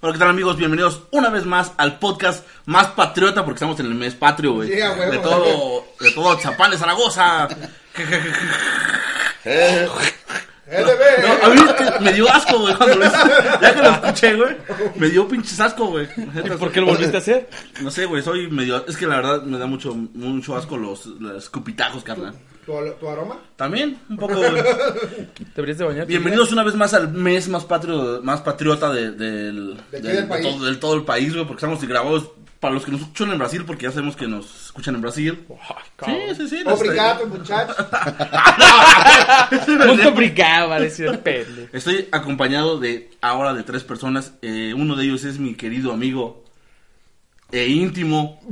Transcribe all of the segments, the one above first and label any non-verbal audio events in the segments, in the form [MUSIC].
Hola, ¿qué tal amigos? Bienvenidos una vez más al podcast más patriota, porque estamos en el mes patrio, güey. Sí, a huevo, de todo, de todo Chapán de Zaragoza. No, a mí es que me dio asco, güey, cuando lo hice. Ya que lo escuché, güey, me dio pinches asco, güey. ¿Y por qué lo volviste a hacer? No sé, güey, soy medio... Es que la verdad me da mucho, mucho asco los, los escupitajos, carnal. ¿Tu, tu aroma? También, un poco, güey. Deberías de bañarte. Bienvenidos una vez más al mes más patrio, más patriota de, del, De aquí del- del de país. todo, del todo el país, güey, porque estamos grabados para los que nos escuchan en Brasil, porque ya sabemos que nos escuchan en Brasil. Ay, Sí, cabrón. sí, sí. Obrigado, muchachos. Muito obrigado, va a decir el pende. este, Estoy acompañado de ahora de tres personas. Eh, uno de ellos es mi querido amigo e [LAUGHS] íntimo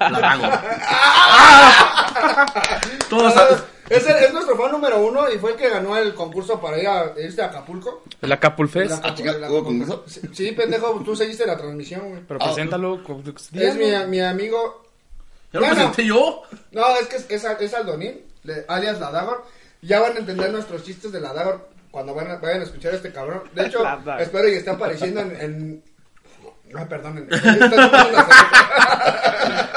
Larago. Ah. Todos sab- Es, el- es nuestro fan número uno y fue el que ganó el concurso para ir a, irse a Acapulco. El Acapulfest. La Acapu- Ah, chica, la ¿hubo Acapulco- concurso? Sí, sí, pendejo, tú seguiste la transmisión, güey. Pero Ah, preséntalo. con- Es mi, Dígalo. mi amigo. Ya lo Bueno. presenté yo. No, es que es, es, es Aldonín, le- alias La Dagor. Ya van a entender nuestros chistes de La Dagor cuando van a- vayan a escuchar a este cabrón. De hecho, La Dagor. espero que esté apareciendo en. en- Ah, perdón. [LAUGHS] en- en-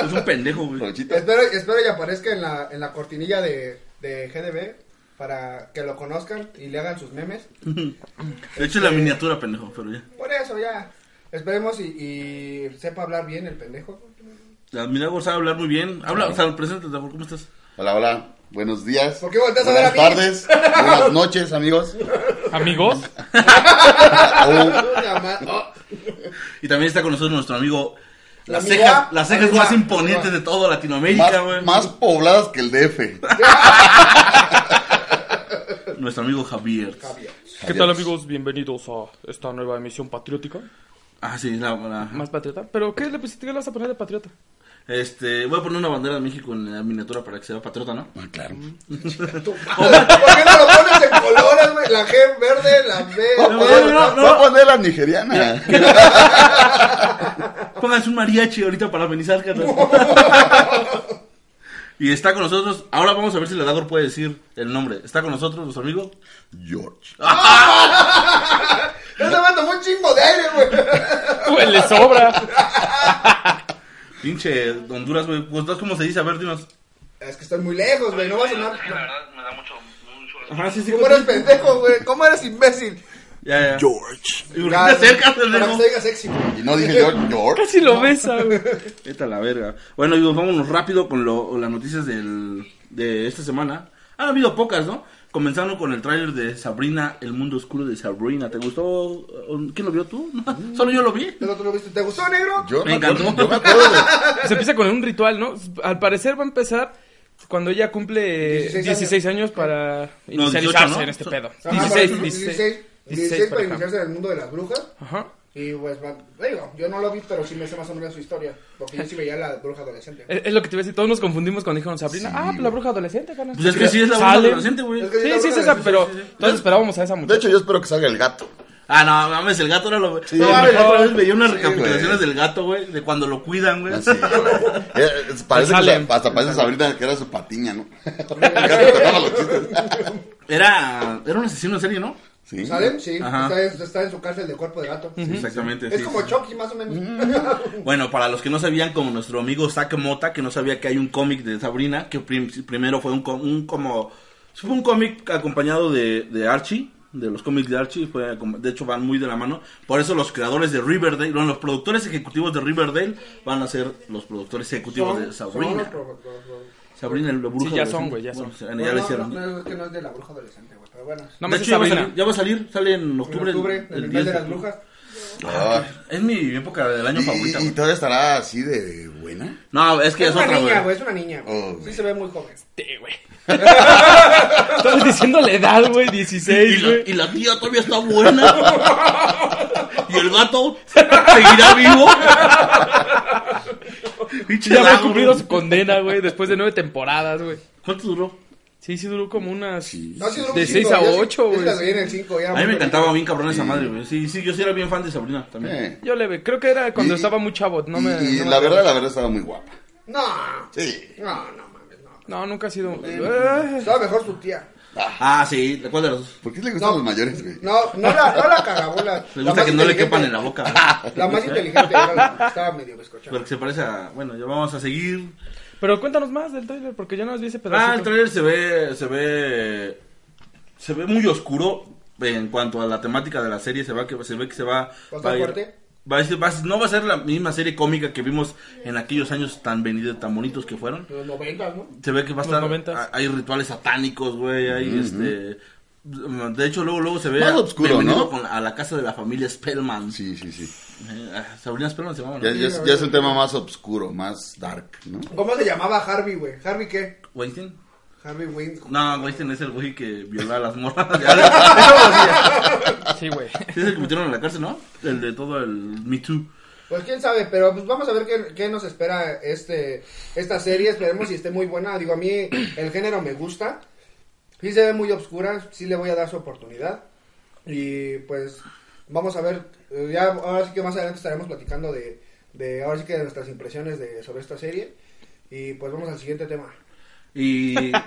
Es un pendejo, güey. Provechito. Espero, espero y aparezca en la, en la cortinilla de, de GDB para que lo conozcan y le hagan sus memes. De hecho, es la miniatura, pendejo, pero ya. Por eso ya. Esperemos y, y sepa hablar bien el pendejo. La Milagro sabe hablar muy bien. Habla, o sea, preséntate, por ¿cómo estás? Hola, hola. Buenos días. ¿Por qué volteas a ver Buenas a mí? tardes. [LAUGHS] Buenas noches, amigos. Amigos, Uh. Oh, Una ma- oh, Y también está con nosotros nuestro amigo. Las Amiga. cejas, las cejas más Amiga. imponentes de toda Latinoamérica, güey. más, más pobladas que el [LAUGHS] Ah, DF. Nuestro amigo Javier. Javier. ¿qué tal, amigos? Bienvenidos a esta nueva emisión patriótica. Ah, sí, la, la- Más patriota. ¿Pero qué le pusiste? ¿Qué le vas a poner de patriota? Este, voy a poner una bandera de México en la miniatura para que sea patriota, ¿no? Ah, claro. Tu madre. ¿Por qué no lo pones en colores, güey? La G verde, la Voy a B. poner, no, no. voy a poner la nigeriana. Pónganse un mariachi ahorita para amenizar, [LAUGHS] carnal. y está con nosotros. Ahora vamos a ver si la Dagor puede decir el nombre. Está con nosotros, nuestro amigo. George. Ah. Yo se me tomó un chingo de aire, güey. Pues le sobra. Pinche Honduras, güey. ¿Vosotros ¿Cómo se dice? A ver, dinos. Es que están muy lejos, güey. No vas a sonar. verdad me da mucho. Ajá, sí, sí. ¿Cómo eres pendejo, güey? ¿Cómo eres imbécil? Ya, ya. George. Y por qué te acercas, Para que pendejo? se diga sexy, güey. Y no dije George, George. Casi lo besa, güey. Vete a la verga. Bueno, amigos, vámonos rápido con lo- las noticias del, de esta semana. Han habido pocas, ¿no? Comenzando con el tráiler de Sabrina, El Mundo Oscuro de Sabrina. ¿Te gustó? ¿Quién lo vio tú? [LAUGHS] Solo yo lo vi. El otro lo viste. ¿Te gustó, negro? Yo Me acuerdo- encantó. Yo me acuerdo de- Se empieza con un ritual, ¿no? Al parecer va a empezar cuando ella cumple 16 16, años. años para No, 18, inicializarse ¿no? en este pedo. Ajá, 16, para- 16. 16, 16 para para acá. iniciarse en el mundo de las brujas. Ajá. Y pues, va- digo, yo no lo vi, pero sí me sé más o menos su historia. Porque yo sí veía la bruja adolescente. Es, es lo que te iba a decir, todos nos confundimos cuando dijeron Sabrina. Sí, ah, pero la güey. bruja adolescente, carnal. Pues es que sí es la Sale. bruja adolescente, güey. Es que- Sí, sí, es Sí, esa, sí, pero sí, sí. todos esperábamos a esa De muchacha. hecho, yo espero que salga el gato. Ah, no, mames, el gato era lo... Sí, no, mames, la otra vez veía unas Sí, recapitulaciones güey. del gato, güey, de cuando lo cuidan, güey. [LAUGHS] Así, güey. Eh, es- parece que Sale. sa- hasta parece Sabrina que era su [LAUGHS] patiña, ¿no? El gato tocaba los chistes. Era, era un asesino en serie, ¿no? Sí. ¿Salen? Sí. Ajá. Está en, está en su cárcel de cuerpo de gato. Exactamente. Es sí, como sí. Chucky, más o menos. [LAUGHS] Bueno, para los que no sabían, como nuestro amigo Zack Mota, que no sabía que hay un cómic de Sabrina, que prim- primero fue un, co- un como... Fue un cómic acompañado de, de Archie, de los cómics de Archie, fue, acom- de hecho van muy de la mano. Por eso los creadores de Riverdale, bueno, los productores ejecutivos de Riverdale van a ser los productores ejecutivos de Sabrina. los pro- los- los- Sabrina, el brujo. Sí, ya son, adolescente. güey, ya son. Bueno, ya no, le no, hicieron. No, no, es que no es de la bruja adolescente, güey. Pero bueno. de No me hecho, ya va, a salir, Sabrina. ya va a salir, sale en En octubre. octubre, en el mes 10 de las octubre. brujas. Ah, Es mi época del año favorita. y, y güey. todavía estará así de buena. No, es que es, Es una otra, niña, güey. güey. Es una niña, Oh, güey. Sí güey. se ve muy joven. Sí, güey. [LAUGHS] Estamos diciendo la edad, güey, Y 16, la, güey. y la tía todavía está buena. y el gato seguirá vivo. Pinche Ya había lago, cumplido güey. su condena, güey, después de nueve temporadas, güey. ¿Cuánto duró? Sí, sí duró como unas... No, sí duró De un seis chingo, a yo sí- ocho, yo sí güey, la sí. veía en el cinco, ya A mí me muy encantaba bonita. bien cabrón esa madre, güey. Sí, sí, yo sí era bien fan de Sabrina también. Eh. Yo le ve, creo que era cuando Y- estaba muy chavo, no me... y no me la acuerdo. verdad, la verdad estaba muy guapa. No. Sí. No, no mames, no. No, nunca ha sido... Eh, Estaba mejor su tía. Ah, sí, ¿de cuál de los dos? ¿Por qué le gustan No. los mayores, güey? No, no la, no la [LAUGHS] cagabula. Le gusta que no le quepan en la boca. [LAUGHS] güey. La más inteligente era la que estaba medio bizcochada. Porque se parece a. Bueno, ya vamos a seguir. Pero cuéntanos más del trailer, porque yo no vi ese pedacito. Ah, el trailer se ve. Se ve. Se ve muy oscuro en cuanto a la temática de la serie. Se, va que, se ve que se va. ¿Va va a a ser ir- fuerte? va a ser- va a- no va a ser la misma serie cómica que vimos en aquellos años tan venidos, tan bonitos que fueron. Los noventas, ¿no? Se ve que va a Los estar. noventas. a- Hay rituales satánicos, güey. Hay este. De hecho, luego, luego se ve. Más oscuro, Bienvenido ¿no? con- a la casa de la familia Spellman. Sí, sí, sí. Eh, ah, Sabrina Spellman se llama. ¿no? Ya, ya es- ya es un tema más oscuro, más dark, ¿no? ¿Cómo se llamaba Harvey, güey? ¿Harvey qué? ¿Weinstein? Harvey Wayne. No, Weinstein es el güey que violó a las morras. [LAUGHS] [LAUGHS] Ya. Sí, güey. [LAUGHS] Sí, es el que metieron en la cárcel, ¿no? El de todo el Me Too. Pues quién sabe, pero pues vamos a ver qué, qué nos espera este esta serie. Esperemos si esté muy buena. Digo, a mí el género me gusta. Sí se ve muy obscura, sí le voy a dar su oportunidad. Y pues vamos a ver, eh, ya ahora sí que más adelante estaremos platicando de, de ahora sí que de nuestras impresiones de, sobre esta serie. Y pues vamos al siguiente tema. Y. [LAUGHS]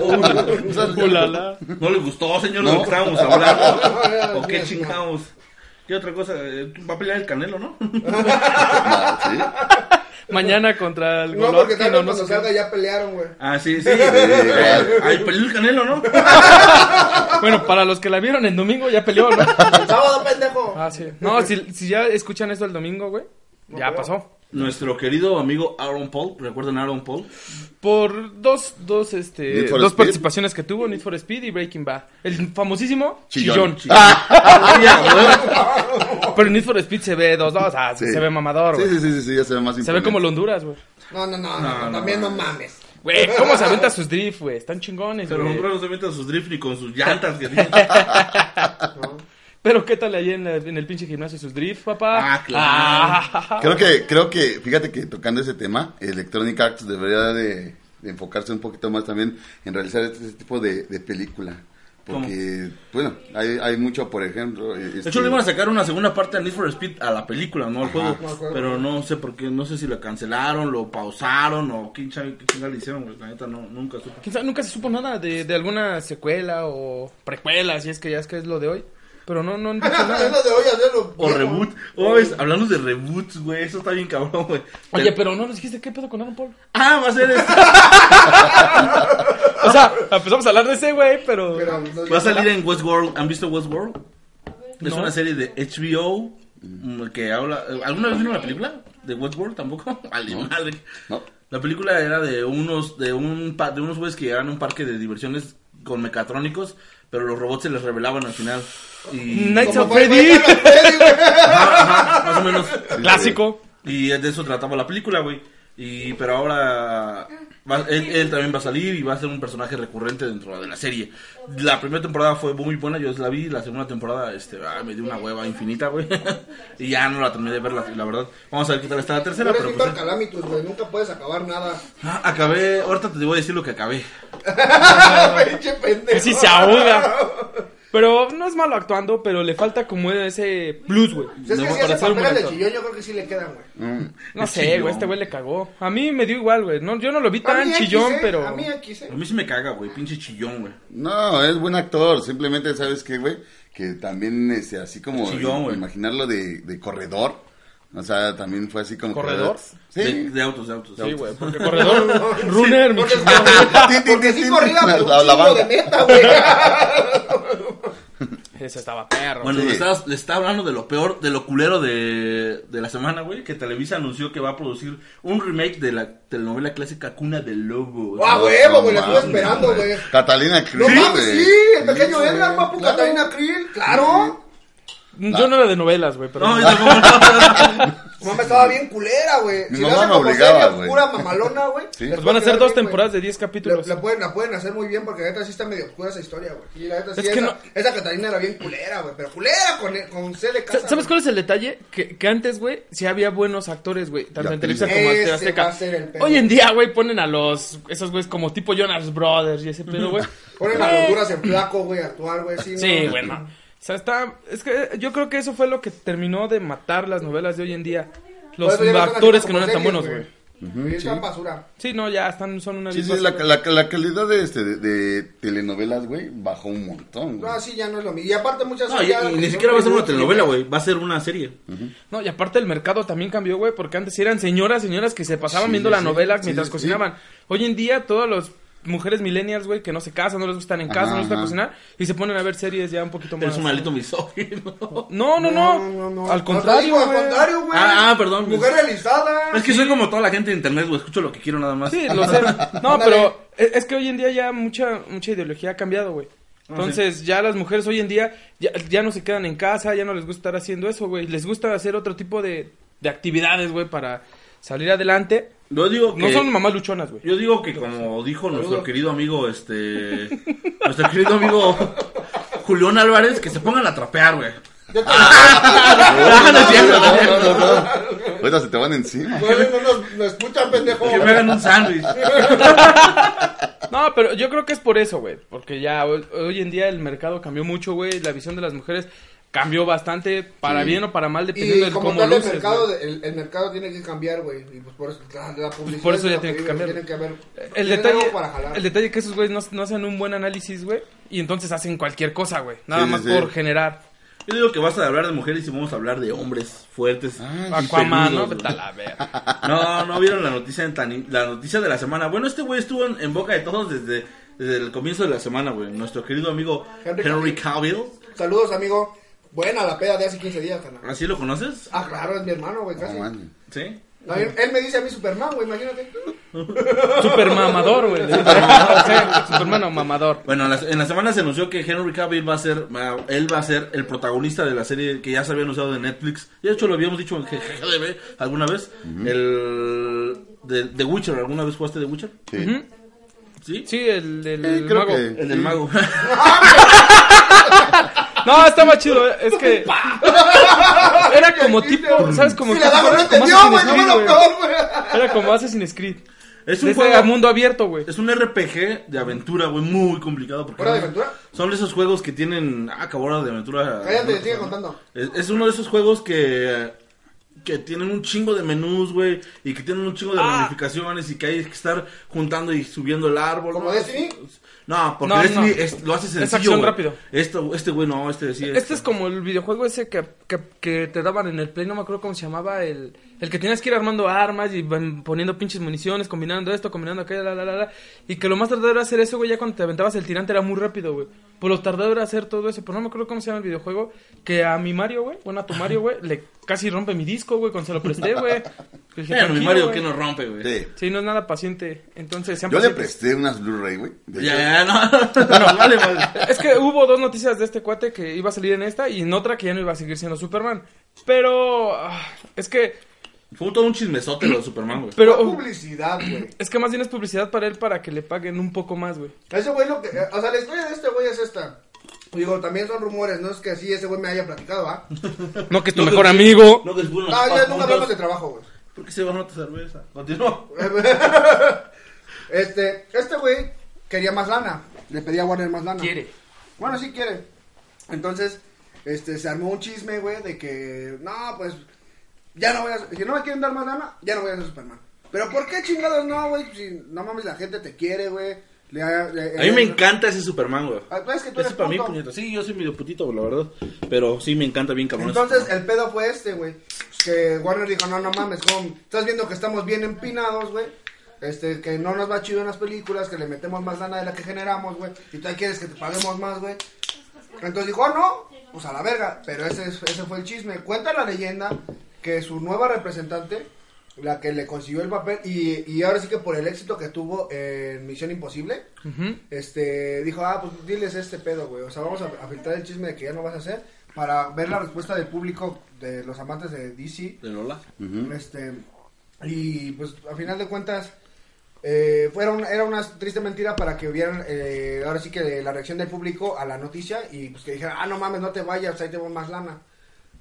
Oh, [LAUGHS] Ulala. no le gustó, señor, de lo No. que estábamos [LAUGHS] hablando. ¿O qué Dios mío. chingados? ¿Qué otra cosa? Eh, Va a pelear el canelo, ¿no? [LAUGHS] Ah, Mañana contra el No, porque Golovkin, tal vez o no cuando sé qué. salga ya pelearon, güey. Ah, sí, sí. Ay, peleó el canelo, ¿no? [LAUGHS] Bueno, para los que la vieron el domingo, ya peleó, ¿no? ¡El sábado, pendejo! Ah, sí. No, si, si ya escuchan esto el domingo, güey, No, ya pero- pasó. Nuestro querido amigo Aaron Paul, ¿recuerdan a Aaron [LAUGHS] Paul? Por dos, dos, este, Need for dos Speed. participaciones que tuvo, Need for Speed y Breaking Bad. El famosísimo Chillón. Ah, Chillón. Ah. Pero Need for Speed se ve dos, dos, ah, Sí. se ve mamador, Sí, güey. sí, sí, sí, sí, ya se ve más Se ve como el imponente. Honduras, güey. No, no, No, no, no, no, también no no. mames. Güey, ¿cómo se avienta sus drift, güey? Están chingones, Pero güey. Honduras no se mete a sus drift ni con sus llantas. Que tiene. No. Pero ¿qué tal ahí en, la- en el pinche gimnasio sus drift, papá? Ah, claro. Ah, Creo que, creo que, fíjate que tocando ese tema, Electronic Arts debería de, de enfocarse un poquito más también en realizar este, este tipo de, de película. Porque, bueno, hay, hay mucho, por ejemplo. eh, De este- hecho, le iban a sacar una segunda parte de Need for Speed a la película, no al juego. No al juego. Pero no sé por qué, no sé si la cancelaron, lo pausaron o qué chingada qué chingada le hicieron, güey. La neta, no, nunca supe. ¿Quién sabe? Nunca se supo nada de, de alguna secuela o precuela, si es que ya es que es lo de hoy. Pero no, no han [LAUGHS] dicho es [LAUGHS] nada. lo de hoy, es lo O viejo. reboot. Oh, es- hablando de reboots, güey. Eso está bien cabrón, güey. Oye, pero no nos dijiste qué pedo con Aaron Paul. Ah, va a ser este. O sea, [LAUGHS] empezamos a hablar de ese güey, pero... Pero no- Va a salir en Westworld. ¿Han visto Westworld? Es No. una serie de HBO mm, que habla. ¿Alguna vez vieron la película de Westworld? Tampoco. [LAUGHS] Vale, madre. No. La película era de unos de un pa- de unos güeyes que llegaron a un parque de diversiones con mecatrónicos, pero los robots se les revelaban al final. Y Nights Como of fue- Freddy. fue- fue- fue- Ajá, ajá, más o menos. Clásico. Y de eso trataba la película, güey. Y pero ahora va- él, él también va a salir y va a ser un personaje recurrente dentro de la serie. La primera temporada fue muy buena, yo la vi, la segunda temporada este ah, me dio una hueva infinita, güey. [LAUGHS] y ya no la terminé de ver, la, la verdad. Vamos a ver qué tal está la tercera, Eres pero pues, Víctor Calamitus, güey, nunca puedes acabar nada. ah, acabé, ahorita te voy a decir lo que acabé. Pinche pendejo. Casi [LAUGHS] se ahoga. Pero no es malo actuando, pero le falta como ese plus, güey. Si es que No, si para hace ser un buen papeles de actor. chillón, yo creo que sí le quedan, güey. Mm. No Es sé, chillón. güey, este güey le cagó. A mí me dio igual, güey. No, yo no lo vi A tan mí chillón, XC, pero... A mí ¿eh? XC. A mí sí me caga, güey, pinche chillón, güey. No, es buen actor. Simplemente, ¿sabes qué, güey? Que también, este, así como Chillón, güey. imaginarlo de, de corredor. O sea, también fue así como... ¿Corredor? Sí. De, de autos, de autos. Sí, güey, [LAUGHS] porque corredor, runner, mi Porque, chingado. Ah, porque sí corría La- por un la chingo de banca. meta, güey. Ese estaba perro. Bueno, Sí. le, estabas- le estaba hablando de lo peor, de lo culero de, de la semana, güey, que Televisa anunció que va a producir un remake de la telenovela clásica Cuna del Lobo. Ah, No, huevo, no güey, la estuve mames, esperando, güey. Catalina No Cruz, mames, sí, el pequeño Edgar, güey. papu, Claro. Catalina Krill, claro. Yo no era de novelas, güey, pero... No, yo tampoco, no. Mamá estaba bien culera, güey. Mi la mamá hacen me como obligaba, serie güey. oscura, mamalona, güey. Sí. les Pues Pues puede van a quedar ser dos bien, güey. temporadas de 10 La, capítulos. la pueden, la pueden hacer muy bien porque la neta sí está medio oscura esa historia, güey. Y la neta sí, Es que esa, no- esa Catalina era bien culera, güey. Pero culera con, con C de casa. Sa- ¿Sabes cuál es el detalle? Que, que antes, güey, sí había buenos actores, güey, tanto La en Televisa actriz. como en Ese TV Este va a ser el Azteca. pedo. Hoy en día, güey, ponen a los, esos güeyes como tipo Jonas Brothers y ese pedo, güey. Ponen Güey. a Honduras en flaco, güey, a actuar, güey. Sí, Sí, no. güey, no. O sea, está, es que eh, yo creo que eso fue lo que terminó de matar las novelas de hoy en día. Por Los eso ya no están actores haciendo que no eran tan como buenos, series, güey. Ujú, Y es sí. tan basura. Sí, no, ya están, son una Sí, sí, misma- la, la- la calidad de, este, de, de telenovelas, güey, bajó un montón, güey. No, Ah, sí, ya no es lo mismo. Y aparte muchas No, y, ya- [LAUGHS] y ni siquiera va a ser una telenovela, güey. Va a ser una serie. No, y aparte el mercado también cambió, güey, porque antes eran señoras, señoras que se pasaban Sí, viendo sí, la novela sí, mientras sí. cocinaban. Hoy en día todas las mujeres millennials, güey, que no se casan, no les gustan en casa, Ajá, no les gusta ajá. cocinar y se ponen a ver series ya un poquito más. Eres un maldito misógino. No, no, no, Al Te digo, contrario, al güey. contrario, güey. Ah, ah, perdón. Mujer realizada. Es que soy como toda la gente de internet, güey. Escucho lo que quiero nada más. Ah, Sí, lo sé. No, Ándale. pero e, es es que hoy en día ya mucha mucha ideología ha cambiado, güey. Ah, Entonces, ya las mujeres hoy en día ya, ya no se quedan en casa, ya no les gusta estar haciendo eso, güey. Les gusta hacer otro tipo de, de actividades, güey, para salir adelante. Yo digo que. No son mamás luchonas, güey. Yo digo que como dijo nuestro Saludos. querido amigo, este... Nuestro querido amigo Julián Álvarez, que se pongan a trapear, güey. [LAUGHS] Yo te- Ah, no es cierto, no es cierto. No, [LAUGHS] no, no. Ahorita se te van encima. Güey, no nos no escuchan, pendejo. Que me hagan un sándwich. No, pero yo creo que es por eso, güey. Porque ya hoy, hoy en día el mercado cambió mucho, güey. La visión de las mujeres cambió bastante, para bien o para mal, dependiendo Y de como cómo tal, el luces, mercado, güey. de- el, el mercado tiene que cambiar, güey. Y pues por eso, la, la publicidad por eso es ya lo tiene que digo, cambiar. tienen que haber- El tienen detalle, algo para jalar. el detalle que esos güeyes no, no hacen un buen análisis, güey. Y entonces hacen cualquier cosa, güey. Nada Sí, sí, más sí. por generar. Yo digo que vas a hablar de mujeres y vamos a hablar de hombres fuertes. Ay, Ah, Aquaman, ¿no? peludos, Vete a la verga. No, no vieron la noticia en tan- la noticia de la semana. Bueno, este güey estuvo en, en boca de todos desde, desde el comienzo de la semana, güey. Nuestro querido amigo Henry Henry Cavill. Saludos, amigo. Buena la peda de hace 15 días, carnal. ¿Así lo conoces? Ah, claro, es mi hermano, güey, no casi. mames. Sí. A mí- él me dice a mí Superman, güey, imagínate. Super mamador, güey. Superman o mamador. Bueno, en la, en la semana se anunció que Henry Cavill va a ser, va- él va a ser el protagonista de la serie que ya se había anunciado de Netflix. De hecho, lo habíamos dicho en GGDB alguna vez. El de, The Witcher, ¿alguna vez jugaste The Witcher? Sí. Ujú. Sí. Sí, el del Eh, creo mago. que- El del Sí. [LAUGHS] mago. [LAUGHS] No, estaba chido, eh, [LAUGHS] es que. Era como tipo, ¿sabes? Como Si tipo- la dama no como entendió, Assassin's güey, no me Creed, lo güey. acabo, güey. Era como Assassin's Creed. es De un ese juego. mundo abierto, güey. Es un RPG de aventura, güey, muy complicado. Porque ¿Hora de aventura? Son de esos juegos que tienen. Ah, cabrón, hora de aventura. Cállate, ¿no? sigue contando. Es, es uno de esos juegos que. Que tienen un chingo de menús, güey. Y que tienen un chingo de Ah. ramificaciones. Y que hay que estar juntando y subiendo el árbol. ¿Como ¿no? Destiny? No, porque No, no, Destiny no. es- lo hace sencillo. acción güey. rápido. Esto, este güey no, este sí. Este es como el videojuego ese que, que, que te daban en el Play, no me acuerdo cómo se llamaba, el, el que tenías que ir armando armas y van poniendo pinches municiones, combinando esto, combinando aquello, la, la, la, la. Y que lo más tardado era hacer eso, güey, ya cuando te aventabas el tirante era muy rápido, güey. Por lo tardado era hacer todo eso, pero no me acuerdo cómo se llama el videojuego, que a mi Mario, güey, bueno, a tu Mario, güey, le casi rompe mi disco, güey, cuando se lo [LAUGHS] presté, güey. Dije, Bueno, mi "Tranquilo, Mario güey". que nos rompe, güey. Sí. Sí, no es nada paciente, entonces sean Yo le pacientes. presté unas Blu-ray, güey. De Ya, hecho, ya, no. Bueno, vale, vale. Es que hubo dos noticias de este cuate que iba a salir en esta y en otra que ya no iba a seguir siendo Superman. Pero ah, es que Fue todo un chismesote lo de Superman, güey. pero oh. Fue publicidad, güey. es que más bien es publicidad para él para que le paguen un poco más, güey. Ese güey lo que. O sea, la historia de este güey es esta. Digo, también son rumores, no es que así ese güey me haya platicado, [LAUGHS] ¿ah? No que es No, tu mejor que- amigo. No, que después nos Ah, ya papas nunca juntos. hablamos de trabajo, güey. ¿Por qué se van otra cerveza? Continúa. Este, este güey quería más lana. Le pedía a Warner más lana. Quiere. Bueno, sí quiere. Entonces, este, se armó un chisme, güey, de que, no, pues, ya no voy a, si no me quieren dar más lana, ya no voy a ser Superman. Pero ¿por qué chingados no, güey? Si, no mames, la gente te quiere, güey. Le- le- A mí me encanta ese Superman, güey. Ah, pues es que tú Ese eres para mí, puto. puñeta. Sí, yo soy medio putito, güey, la verdad. Pero sí me encanta bien cabrón. ese Entonces, Superman. el pedo fue este, güey. Que Warner dijo, no, no mames, home. Estás viendo que estamos bien empinados, güey. Este, que no nos va chido en las películas, que le metemos más lana de la que generamos, güey. Y tú ahí quieres que te paguemos más, güey. Entonces dijo, "Ah, no, pues a la verga. Pero ese, es- ese fue el chisme. Cuenta la leyenda que su nueva representante, la que le consiguió el papel, y, y ahora sí que por el éxito que tuvo en Misión Imposible, Ujú. este, dijo, ah, pues diles este pedo, güey. O sea, vamos a, a filtrar el chisme de que ya no vas a hacer para ver la respuesta del público, de los amantes de DC. De Lola. Este, y pues a final de cuentas, eh, fueron, era una triste mentira para que vieran eh, ahora sí que la reacción del público a la noticia y pues que dijeran, ah, no mames, no te vayas, ahí tengo más lana.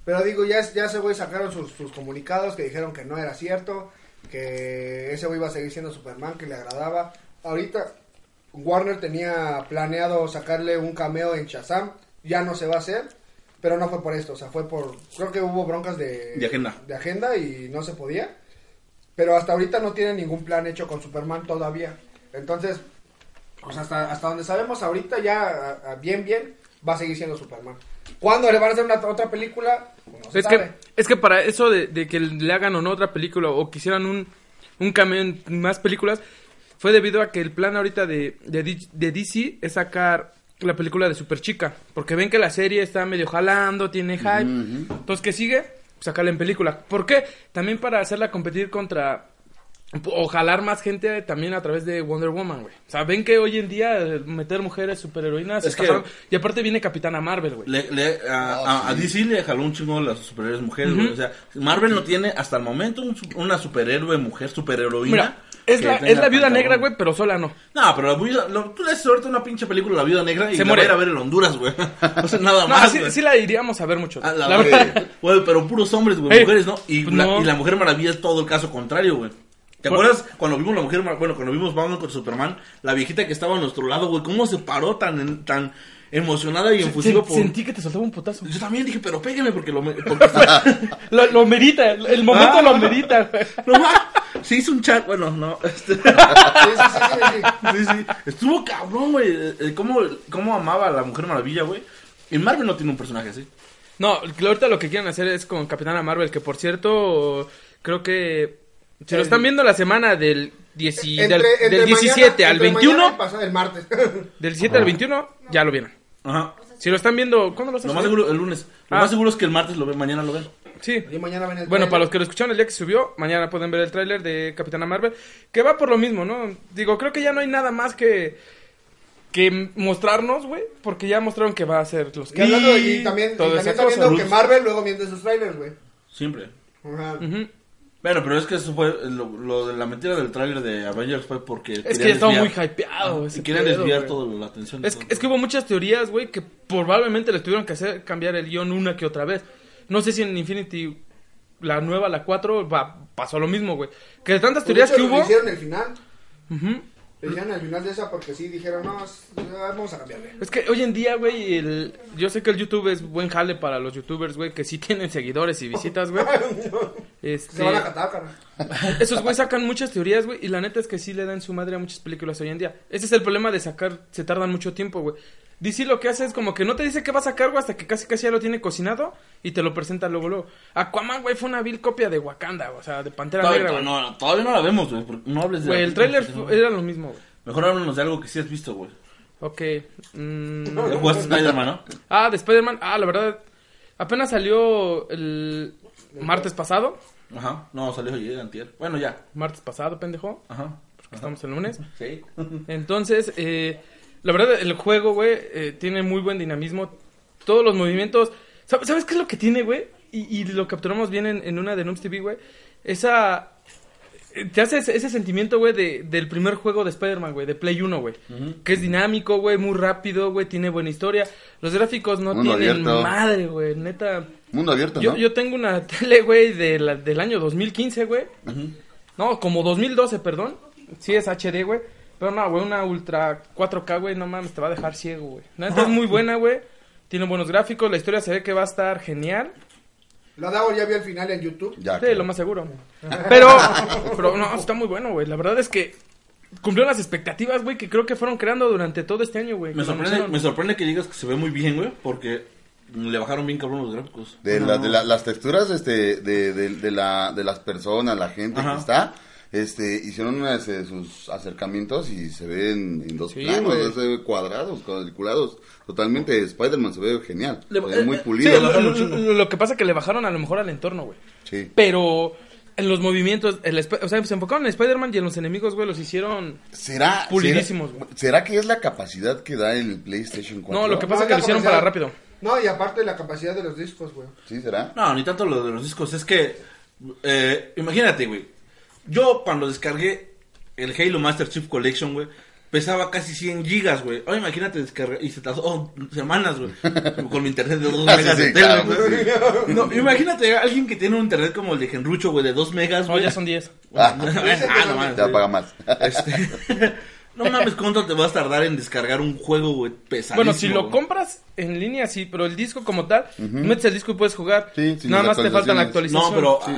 Pero digo, ya, ya ese güey sacaron sus, sus comunicados que dijeron que no era cierto, que ese güey iba a seguir siendo Superman, que le agradaba. Ahorita Warner tenía planeado sacarle un cameo en Shazam, ya no se va a hacer, pero no fue por esto, o sea, fue por, creo que hubo broncas de, De agenda. de agenda y no se podía. Pero hasta ahorita no tiene ningún plan hecho con Superman todavía. Entonces, pues hasta, hasta donde sabemos ahorita ya a- a bien, bien, va a seguir siendo Superman. ¿Cuándo le van a hacer una, otra película? Pues No se Es que, sabe. es que para eso de, de que le hagan o no otra película o quisieran un, un cambio en más películas, fue debido a que el plan ahorita de, de, D- de DC es sacar la película de Superchica. Porque ven que la serie está medio jalando, tiene hype. Entonces, ¿qué sigue? Pues Sacarla en película. ¿Por qué? También para hacerla competir contra... O jalar más gente también a través de Wonder Woman, güey. O sea, ven que hoy en día eh, meter mujeres superheroínas... Es está que- jalando. Y aparte viene Capitana Marvel, güey. Le, le- a, a- a DC le jaló un chingo las superhéroes mujeres, güey. O sea, Marvel no tiene hasta el momento un su- una superhéroe mujer, superheroína. Mira, es que la, tenga es la viuda pantalón. negra, güey, pero sola no. No, pero la viuda- lo- tú le haces ahorita una pinche película a la viuda negra y Se la muere. va a ir a ver en Honduras, güey. O sea, nada No, Ah, más, sí, güey. sí la iríamos a ver mucho. Ah, la La madre. [LAUGHS] verdad. Güey, pero puros hombres, güey, Ey, mujeres, ¿no? Y, pues la, no. y la Mujer Maravilla es todo el caso contrario, güey. ¿Te Por- acuerdas cuando vimos la mujer, Mar- bueno, cuando vimos Batman contra Superman, la viejita que estaba a nuestro lado, güey, cómo se paró tan, en- tan emocionada y Sen- efusiva por... Sentí que te soltaba un putazo. Yo también dije, pero pégame porque lo... me- porque- [LAUGHS] Lo, lo merita, el momento Ah. lo merita. güey. no, ma, se hizo un chat, bueno, no, [LAUGHS] este, Sí, sí, sí, sí, sí. [LAUGHS] sí, sí. Estuvo cabrón, güey, eh, eh, cómo, cómo amaba a la Mujer Maravilla, güey. En Marvel no tiene un personaje así. No, ahorita lo que quieren hacer es con Capitana Marvel, que por cierto, creo que. Si lo El- están viendo la semana del, dieci- Entre- del, entre del mañana- 17 al entre mañana 21, y pasado el martes. [LAUGHS] del 17 al 21, ya lo vieron. Ajá. Si lo están viendo, ¿cuándo lo están Lo más seguro, el lunes. Lo Ah. más seguro es que el martes lo ven, mañana lo ven. Sí. y mañana ven el Bueno, trailer. para los que lo escucharon el día que subió, mañana pueden ver el tráiler de Capitana Marvel, que va por lo mismo, ¿no? Digo, creo que ya no hay nada más que que mostrarnos, güey, porque ya mostraron que va a ser los Y hablando de- y Kree, también, y toda también esa está cosa. viendo que Marvel luego miente sus trailers, güey. Siempre. Ajá. Ujú. Bueno, pero es que eso fue eh, lo, lo de la mentira del tráiler de Avengers fue porque Es querían que ya estaba desviar- muy hypeado. ese y querían pedo, desviar güey. toda la atención. de Es, todo. es que hubo muchas teorías, güey, que probablemente les tuvieron que hacer cambiar el guión una que otra vez. No sé si en Infinity, la nueva, la 4, va- pasó lo mismo, güey. Que de tantas Pues, de teorías hecho, que lo hubo... Hicieron el final. Ujú. Le hicieron el final de esa porque sí dijeron, no, es- vamos a cambiarle. [LAUGHS] Es que hoy en día, güey, el... yo sé que el YouTube es buen jale para los youtubers, güey, que sí tienen seguidores y visitas, güey. [LAUGHS] Este, Se van a catar, cara. [LAUGHS] Esos güey sacan muchas teorías, güey, y la neta es que sí le dan su madre a muchas películas hoy en día. Ese es el problema de sacar, se tardan mucho tiempo, güey. DC lo que hace es como que no te dice que va a sacar, güey, hasta que casi casi ya lo tiene cocinado y te lo presenta luego, luego. Aquaman, güey, fue una vil copia de Wakanda, güey, o sea, de Pantera todavía, Negra, güey. no, no, todavía no la vemos, güey. porque No hables de. Güey, el tráiler fu- era lo mismo, güey. Mejor háblanos de algo que sí has visto, güey. Ok. mm, Ya jugaste Spider-Man, ¿no? Ah, de Spider-Man. Ah, la verdad. Apenas salió el martes pasado. Ajá. No, salió ayer, antier. Bueno, ya. Martes pasado, pendejo. Ajá. Porque estamos el lunes. [LAUGHS] Sí. Entonces, eh, la verdad, el juego, güey, eh, tiene muy buen dinamismo. Todos los movimientos. ¿Sab- ¿Sabes qué es lo que tiene, güey? Y, y lo capturamos bien en, en una de Nooms TV, güey. Esa. eh, Te hace ese, ese sentimiento, güey, de- del primer juego de Spider-Man, güey, de Play 1, güey. Que es dinámico, güey, muy rápido, güey, tiene buena historia. Los gráficos no Mundo tienen abierto. madre, güey, neta. Mundo abierto, Yo, ¿no? yo tengo una [LAUGHS] tele, güey, de la- del año 2015, güey. No, como 2012, perdón. Sí es HD, güey. Pero no, güey, una Ultra 4K, güey, no mames, te va a dejar ciego, güey. Neta es muy buena, güey. Tiene buenos gráficos, la historia se ve que va a estar genial. La Dao ya vio el final en YouTube. Ya, Sí, claro. lo más seguro. Pero, pero no, está muy bueno, güey. La verdad es que cumplió las expectativas, güey, que creo que fueron creando durante todo este año, güey. Me Lo sorprende, anunciaron. me sorprende que digas que se ve muy bien, güey, porque le bajaron bien cabrón los gráficos. De, la- de la- las texturas este, de, de- de la, de las personas, la gente Ajá. que está, este, hicieron uno de sus acercamientos y se ven en dos Sí, planos, güey. se ve cuadrados, cuadriculados. Totalmente, Spider-Man se ve genial, Le- se ve eh, muy eh, Sí, pulido. bajaron lo, un chingo. lo- lo que pasa es que le bajaron a lo mejor al entorno, güey. Sí. Pero en los movimientos, el Sp- o sea, se enfocaron en Spider-Man y en los enemigos, güey, los hicieron... ¿Será, Pulidísimos, será, güey. será que es la capacidad que da el PlayStation 4? No, lo que pasa es No, que la lo hicieron capacidad- para rápido. No, y aparte la capacidad de los discos, güey. ¿Sí será? No, ni tanto lo de los discos. Es que, eh, imagínate, güey. Yo cuando descargué el Halo Master Chief Collection, güey, pesaba casi 100 gigas, güey. Ahora imagínate descargar y se tardó oh, semanas, [LAUGHS] güey. Con mi internet de 2 Ah, megas sí, de sí, tele, claro, güey. pues sí. No, imagínate a alguien que tiene un internet como el de Oh, Genrucho, güey, de 2 megas, [LAUGHS] No, Ah, güey. ya son 10. Ah, no, mames, Te güey. apaga más. Este, [LAUGHS] No mames, ¿cuánto te vas a tardar en descargar un juego, güey? Pesadísimo. Bueno, si lo güey? compras en línea, sí, pero el disco como tal, metes el disco y puedes jugar. Sí, sin Nada las más te faltan la actualizaciones. actualización.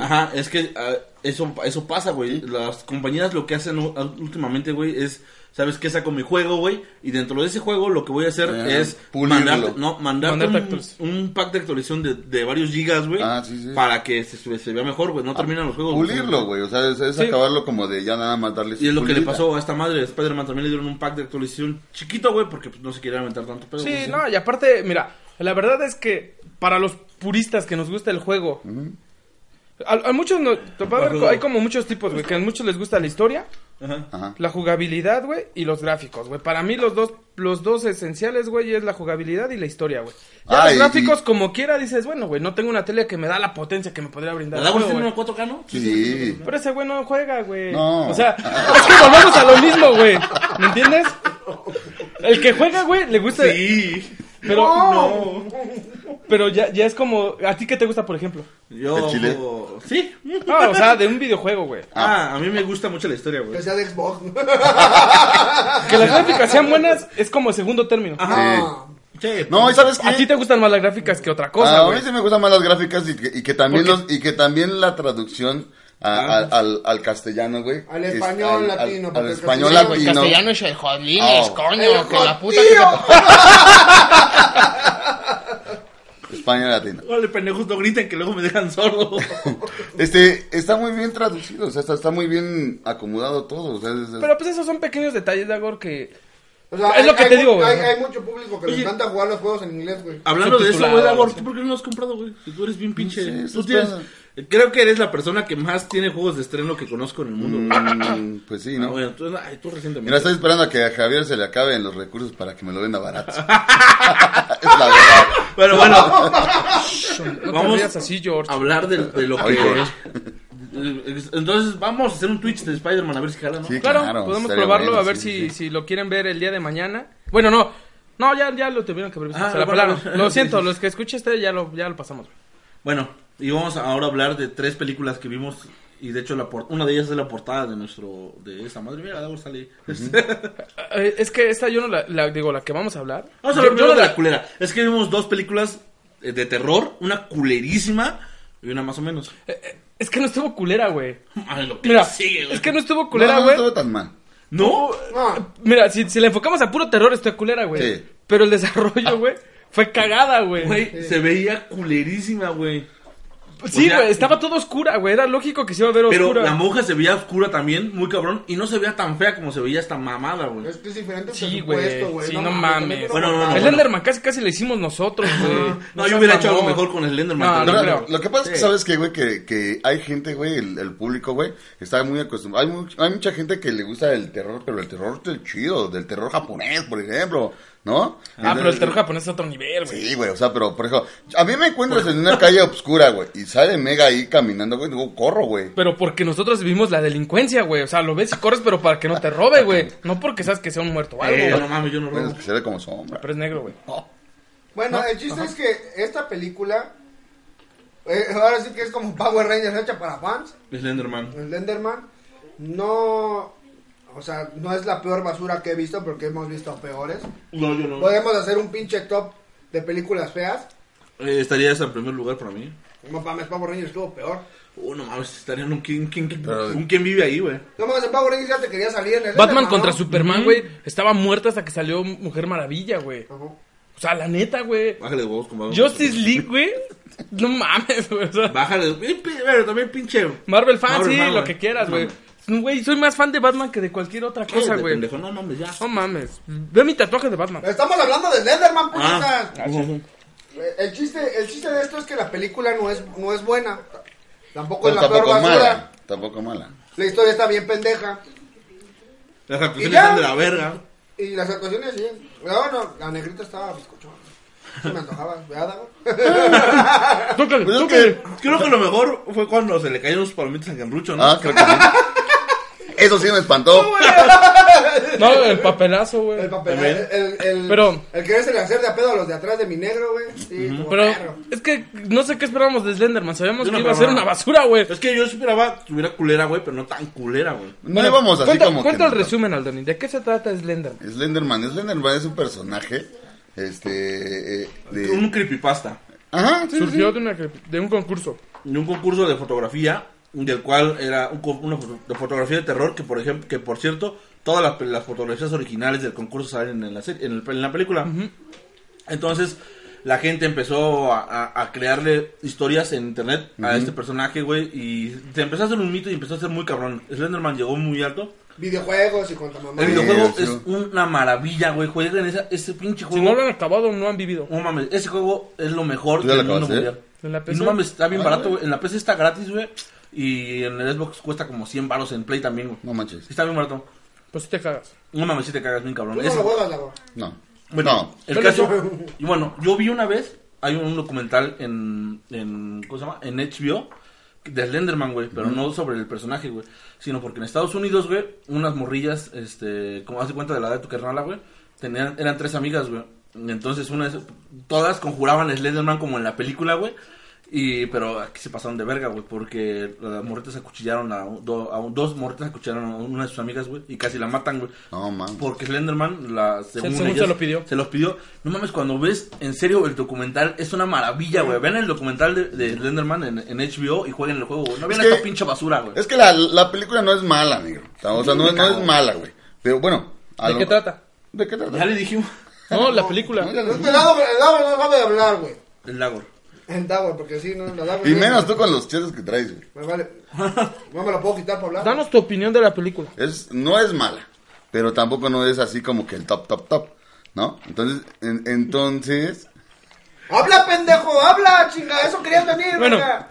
No, pero, ajá, es que ah, eso, eso pasa, güey. Las compañías lo que hacen u- últimamente, güey, es, ¿sabes qué? Saco mi juego, güey, y dentro de ese juego lo que voy a hacer Eh, es pulirlo. mandarte, no, mandarte Mandarte un, actualiz- un pack de actualización de, de varios gigas, güey, Ah, sí, sí. para que se, se vea mejor, güey. No terminan los juegos. güey. Pulirlo, güey. O sea, es, es Sí. acabarlo como de ya nada más darle Y es lo que le pulida. pasó a esta madre de Spider-Man. También le dieron un pack de actualización chiquito, güey, porque pues, no se quería aventar tanto pedo. Sí, güey. no, y aparte, mira, la verdad es que para los puristas que nos gusta el juego, a, a muchos no, te va a ver Ajá. co- hay como muchos tipos, güey, que a muchos les gusta la historia, Ajá. Ajá. la jugabilidad, güey, y los gráficos, güey. Para mí los dos, los dos esenciales, güey, es la jugabilidad y la historia, güey. Ya Ah, los y- gráficos, como quiera, dices, bueno, güey, no tengo una tele que me da la potencia que me podría ¿La brindar. el Dagos juego, tiene güey. una 4K, no? Sí. Pero ese güey no juega, güey. No. O sea, [LAUGHS] es que volvemos a lo mismo, güey. ¿Me entiendes? El que juega, güey, le gusta. Sí. Pero Pero ya, ya es como. ¿A ti qué te gusta, por ejemplo? Yo. ¿El chile? Sí. No, o sea, de un videojuego, güey. Ah, a mí me gusta mucho la historia, Que güey. sea de Xbox. [LAUGHS] Que las gráficas sean buenas es como segundo término. Ah, Che, No, ¿y sabes qué? A ti te gustan más las gráficas que otra cosa, Ah, a mí güey. sí me gustan más las gráficas y que, y que también Porque- los, y que también la traducción a- Ah. al, al, al castellano, güey. Al es- español latino, Al, porque el español castellano- latino. castellano es el jodlines, Oh. coño, El que la puta que jodido. te... Español latino. Órale, pendejos, no griten que luego me dejan [LAUGHS] sordo. Este, está muy bien traducido, o sea, está, está muy bien acomodado todo. O sea, es- es- Pero pues esos son pequeños detalles, Dagor, que. o sea, Es lo que te mu- digo, güey. Hay, hay mucho público que le Oye. encanta jugar los juegos en inglés, güey. Hablando de eso, Subtitulado, güey, Dagor, sí. ¿tú por qué no lo has comprado, güey? Si tú eres bien pinche. No sé, tú eso tienes. está- Creo que eres la persona que más tiene juegos de estreno que conozco en el mundo, güey. Mm, pues sí, Ah, ¿no? bueno, tú, ay, tú recientemente. Mira, estoy esperando a que a Javier se le acaben los recursos para que me lo venda barato. [LAUGHS] es la verdad. Pero [LAUGHS] bueno, No te Vamos. rías así, George. hablar de, de lo Ay, que. güey. Entonces, vamos a hacer un Twitch de Spider-Man a ver si jala, ¿no? Sí, Claro, claro, podemos estaría probarlo bueno, a ver si, sí, sí. si lo quieren ver el día de mañana. Bueno, no. No, ya, ya lo tuvieron que ver. Ah, se la bueno, pelaron. bueno. [LAUGHS] Lo siento, los que escuchen este ya lo, ya lo pasamos. Bueno, y vamos ahora a hablar de tres películas que vimos. Y de hecho, la por- una de ellas es la portada de nuestro. de esa madre. Mira, Dagor sale. [LAUGHS] Eh, es que esta yo no la, la- digo, la que vamos a hablar. Ah, Vamos a Yo- hablar yo primero no de la- la culera. Es que vimos dos películas eh, de terror, una culerísima y una más o menos. Es que no estuvo culera, güey. Ay, lo que Eh, Mira, sigue, güey. es eh, que no estuvo No, [LAUGHS] no, culera, no güey. estuvo tan mal. ¿No? No, Mira, si, si le enfocamos a puro terror, está culera, güey. Sí. Ah. Pero el desarrollo, güey, fue cagada, güey. Güey, se veía culerísima, güey. Sí, o sea- güey, estaba todo oscura, güey. Era lógico que se iba a ver Pero oscura. la monja se veía oscura también, muy cabrón, y no se veía tan fea como se veía esta mamada, güey. es que es diferente el Sí, presupuesto, güey. güey. Sí, no mames. también Ah, Bueno, no, no, quiero el matar. bueno. Enderman casi casi lo hicimos nosotros, güey. No, O yo sea, hubiera hecho algo mamón. Ah, mejor con Slenderman. No, no también. creo. Pero Lo que pasa es que Sí. sabes que, güey, que, que hay gente, güey, el, el público, güey, está muy acostumbrado. Hay, much- hay mucha gente que le gusta el terror, pero el terror del chido, del terror japonés, por ejemplo, ¿no? Ah, pero el Entonces, terror japonés es otro nivel, güey. Sí, güey, o sea, pero por ejemplo, a mí me encuentras en una calle oscura, güey, y sale Mega ahí caminando, güey, digo, corro, güey. Pero porque nosotros vivimos la delincuencia, güey. O sea, lo ves y corres, pero para que no te robe, güey. No porque sabes que sea un muerto o algo, Eh, güey. no mames, yo no Bueno, es robo. que se ve como sombra. Pero es negro, güey. Bueno, el chiste es que esta película. eh, ahora sí que es como Power Rangers hecha para fans. Slenderman. El Enderman. No. O sea, no es la peor basura que he visto porque hemos visto peores. No, yo no. Podemos hacer un pinche top de películas feas. Eh, estaría esa en primer lugar para mí. No mames, Power Rangers estuvo peor. Oh, no mames, estaría en un quién, quién, quién, Pero- un quién vive ahí, güey. No mames, en Power Rangers ya te quería salir en el Batman Enderman, contra ¿no? Superman, güey. Estaba muerta hasta que salió Mujer Maravilla, güey. Ajá. O sea, la neta, güey. Bájale de huevos, compadre. Justice League, güey. No mames, güey. o sea, Bájale. eh, pi- Pero también pinche. Marvel fan, Marvel sí, fan, lo güey. que quieras, No güey. mames. Güey, soy más fan de Batman que de cualquier otra cosa, Cállate, güey. pendejo, No mames, ya. No mames. Ve mi tatuaje de Batman. Estamos hablando de Enderman, Ah, puñetas. Eh, El chiste, el chiste de esto es que la película no es, no es buena. Tampoco es Pero la peor tampoco basura. mala, tampoco mala. La historia está bien pendeja. las ¿Y actuaciones ya? están de la verga. Y las actuaciones, sí. No, no, la negrita estaba bizcochona. Se me antojaba, ¿verdad? Tócale, Pues es tócale. que- Ah, Creo que lo mejor fue cuando se le cayeron los palomitas a Ganrucho, ¿no? Ah, creo que sí. [LAUGHS] Eso sí me espantó. No, el papelazo, güey. [LAUGHS] El papel. También. El, el, el, Pero- el quererse hacer de a pedo a los de atrás de mi negro, güey. Sí, como Pero perro. es que no sé qué esperábamos de Slenderman. Sabíamos Yo no que iba a ser esperaba una nada. basura, güey. Es que yo esperaba que estuviera culera, güey, pero no tan culera, güey. No íbamos así cuenta, como que cuenta el no. resumen, Aldoni. ¿De qué se trata Slenderman? Slenderman. Slenderman es un personaje. Este. eh, de- Un creepypasta. Ajá, sí, Surgió sí. de, una cre- de un concurso. de un concurso de fotografía del cual era un co- una foto- de fotografía de terror que por ejemplo que por cierto todas las, pe- las fotografías originales del concurso salen en la serie- en, el- en la película entonces la gente empezó a, a- a crearle historias en internet a este personaje güey y se empezó a hacer un mito y empezó a ser muy cabrón Slenderman llegó muy alto Videojuegos y cuanta mamá. el Sí, videojuego sí. es una maravilla güey jueguen esa- ese pinche Si juego no lo han acabado, no han vivido. no mames, ese juego es lo mejor ¿Tú ya del lo mundo acabaste? mundial. ¿En la Y PC? no mames, está bien Ah, barato, güey. güey. En la PC está gratis, güey. Y en el Xbox cuesta como 100 baros en Play también, güey. No manches. Está bien barato. Pues sí te cagas. No mames, si te cagas bien, cabrón. Tú no Ese- lo juegas, la voz. No. bueno, no. el Pero caso. yo- Y bueno, yo vi una vez, hay un documental en. en ¿Cómo se llama? En HBO de Slenderman, güey. Pero no sobre el personaje, güey. Sino porque en Estados Unidos, güey, unas morrillas, este. Como hace cuenta de la edad de tu carnala, güey. Tenían, eran tres amigas, güey. Y Entonces, una de esas- todas conjuraban a Slenderman como en la película, güey. Y, pero aquí se pasaron de verga, güey, porque las morritas acuchillaron a, un- do- a un- dos morritas acuchillaron a una de sus amigas, güey, y casi la matan, güey. No, mames. Porque Slenderman, la, según, según ellas, se lo pidió. Se los pidió. No mames, cuando ves en serio el documental, es una maravilla, güey. Vean el documental de, de Slenderman en, en HBO y jueguen el juego, güey. No vean que- esta pinche basura, güey. Es que la, la película no es mala, negro. O sea, no, no es mala, güey. Pero bueno. a ¿De lo- qué trata? ¿De qué trata? Ya le dijimos. No, la película. [LAUGHS] No, ya lo- El Davo el Davo no sabe hablar, güey. El Lagor. El Davo, porque sí, no, la Davo. Y menos tú con los chetos que traes, güey. Me vale. [LAUGHS] No me lo puedo quitar para hablar. Danos tu opinión de la película. Es, no es mala, pero tampoco no es así como que el top, top, top, ¿no? Entonces, en- entonces, ¡Habla, pendejo! ¡Habla, chinga! ¡Eso querías venir, Bueno. verga!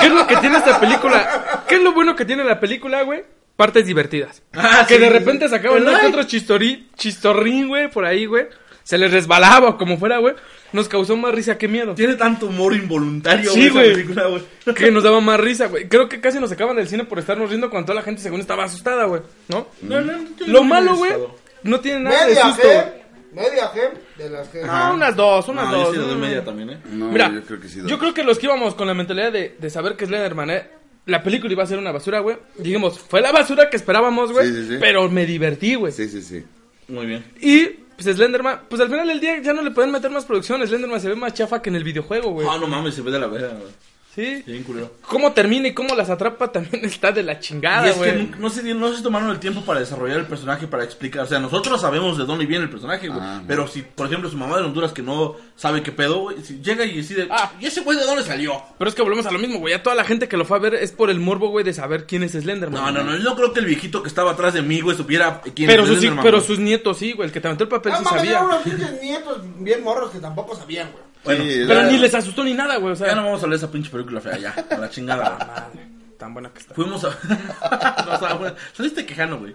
¿Qué es lo que tiene esta película? ¿Qué es lo bueno que tiene la película, güey? Partes divertidas. Ah, que sí, de sí, repente sí. sacaban uno Ay. que otro chistorí, chistorrín, güey, por ahí, güey. Se les resbalaba o como fuera, güey. Nos causó más risa que miedo. Tiene tanto humor involuntario, Sí, esa güey. película, güey. [LAUGHS] Que nos daba más risa, güey. Creo que casi nos sacaban del cine por estarnos riendo cuando toda la gente según estaba asustada, güey. ¿No? No, no, no, yo Lo no malo, me he güey, asustado. no tiene nada de Media susto. güey. G. Media G de las G. Ah, unas dos, unas No, yo dos. sí le doy no, media no. también, ¿eh? no, Mira, yo creo que sí. yo creo que los que íbamos con la mentalidad de, de saber que Slenderman, eh, la película iba a ser una basura, güey. Dijimos, fue la basura que esperábamos, güey. Sí, sí, sí. Pero me divertí, güey. Sí, sí, sí. Muy bien. Y, pues Slenderman, pues al final del día ya no le pueden meter más producción. Slenderman se ve más chafa que en el videojuego, güey. Ah, no mames, se ve de la verga, güey. Sí. Bien culero. Cómo termina y cómo las atrapa [LAUGHS] también está de la y chingada, es que güey. nunca- no se, dieron- no se tomaron el tiempo para desarrollar el personaje, para explicar. O sea, nosotros sabemos de dónde viene el personaje, güey. Ah, pero si, por ejemplo, su mamá de Honduras que no sabe qué pedo, güey, si llega y decide, Ah. ah, ¿y ese güey de dónde salió? Pero es que volvemos a lo mismo, güey. A toda la gente que lo fue a ver es por el morbo, güey, de saber quién es Slenderman. No, no, no, yo creo que el viejito que estaba atrás de mí, güey, supiera quién Pero, es sus, Slenderman, pero güey. sus nietos sí, güey. El que te aventó el papel Ah, sí mames, sabía. eran unos pinches nietos bien morros que tampoco sabían, güey. Bueno, Sí, Pero la- ni les asustó ni nada, güey. O sea, Ya no vamos a ver esa pinche película fea, ya. A la chingada, [LAUGHS] güey. madre, tan buena que está. Fuimos a. [LAUGHS] No, estaba buena. Saliste quejano, güey.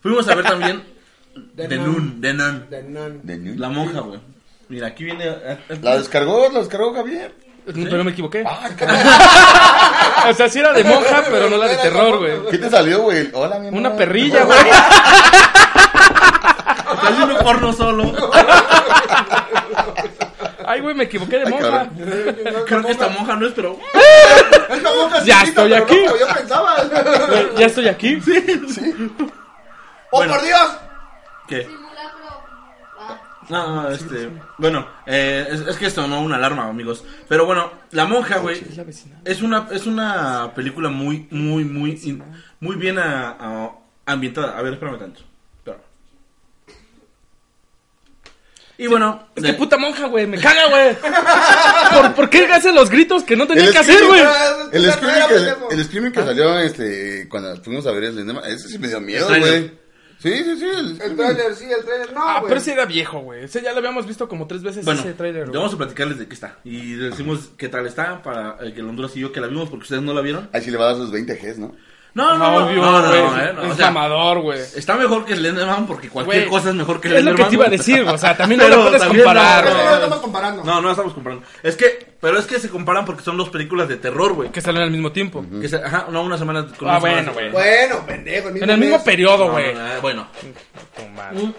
Fuimos a ver también. The The Nun. Nun, The Nun. De nan. ¿De New? La monja, güey. Mira, aquí viene. eh, La descargó, la descargó Javier. Pero me equivoqué. [LAUGHS] o sea, sí era de monja, pero no la de terror, güey. ¿Qué te salió, güey? Hola, mi amor. Una perrilla, güey. Está haciendo porno solo. [LAUGHS] Ay, güey, me equivoqué de Ay, monja. cabrón. Creo que esta monja no esperó. Esta boca es Ya chiquita, estoy pero no aquí. como yo [LAUGHS] pensaba. Güey, Ya estoy aquí. ¡Oh, Bueno. por Dios! ¿Qué? Simulacro. Ah, No, este. Bueno, eh, es, es que esto no una alarma, amigos. Pero bueno, La Monja, güey. Es la vecina. Es una, es una película muy, muy, muy, in- muy bien a- a- ambientada. A ver, espérame tanto. Espérame. Y bueno, Es de- que puta monja, güey. Me caga, güey. ¿Por, por qué hace los gritos que no tenía El que hacer, screaming, güey? El Ya screaming te veo, que, el screaming que salió este, cuando fuimos a ver el Slenderman, ese sí me dio miedo, El trailer. güey. Sí, sí, sí. el- El trailer, sí, el trailer. No, Ah, güey. pero ese era viejo, güey. Ese ya lo habíamos visto como tres veces bueno, ese trailer, güey. vamos a platicarles de qué está. Y decimos qué tal está para eh, que el Honduras y yo que la vimos porque ustedes no la vieron. Ahí sí le va a dar sus 20 Gs, ¿no? No, no, no. Ah, Obvio, no, no, güey. no, eh, no, es o sea, amador, güey. Está mejor que Slenderman porque cualquier Güey, cosa es mejor que Es Slenderman. lo que te iba a decir, o sea, también no Pero lo puedes también no, comparar, güey. Pero no güey. estamos comparando. No, no estamos comparando. Es que, pero es que se comparan porque son dos películas de terror, güey. Que salen al mismo tiempo. Que se- ajá, no, una semana con Ah, una semana. bueno, güey. Bueno, pendejo. En el mismo mes. periodo, No, güey. no, no, bueno. Tu madre.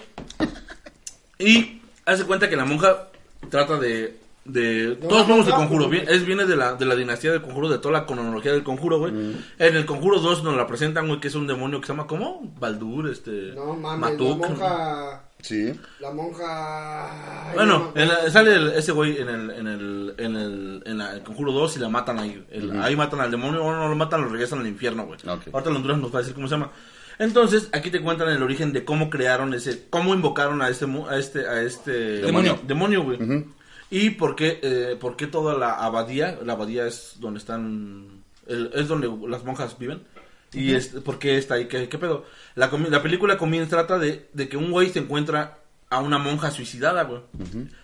Y hace cuenta que la monja trata de. de No, todos vamos de no, conjuro. no. bien- es, viene de la, de la dinastía del conjuro, de toda la cronología del conjuro, güey. Mm. En el conjuro 2 nos la presentan, güey, que es un demonio que se llama, ¿cómo? Baldur, este. No mames, Matuk. la monja. Sí. La monja. Ay, no Bueno, mames. en la- sale el- ese güey en el, en el, en el, en la- el Conjuro 2 y la matan ahí. El- Ahí matan al demonio, o no lo matan, lo regresan al infierno, güey. Ok. Ahorita en Honduras nos va a decir cómo se llama. Entonces, aquí te cuentan el origen de cómo crearon ese, cómo invocaron a este, mu- a este, a este Demonio. demonio, güey. Y por qué, eh, por qué toda la abadía, la abadía es donde están, el- es donde las monjas viven. Y es, ¿por qué está ahí? ¿Qué, qué pedo? La, comi- la película comienza, trata de, de que un güey se encuentra a una monja suicidada, güey.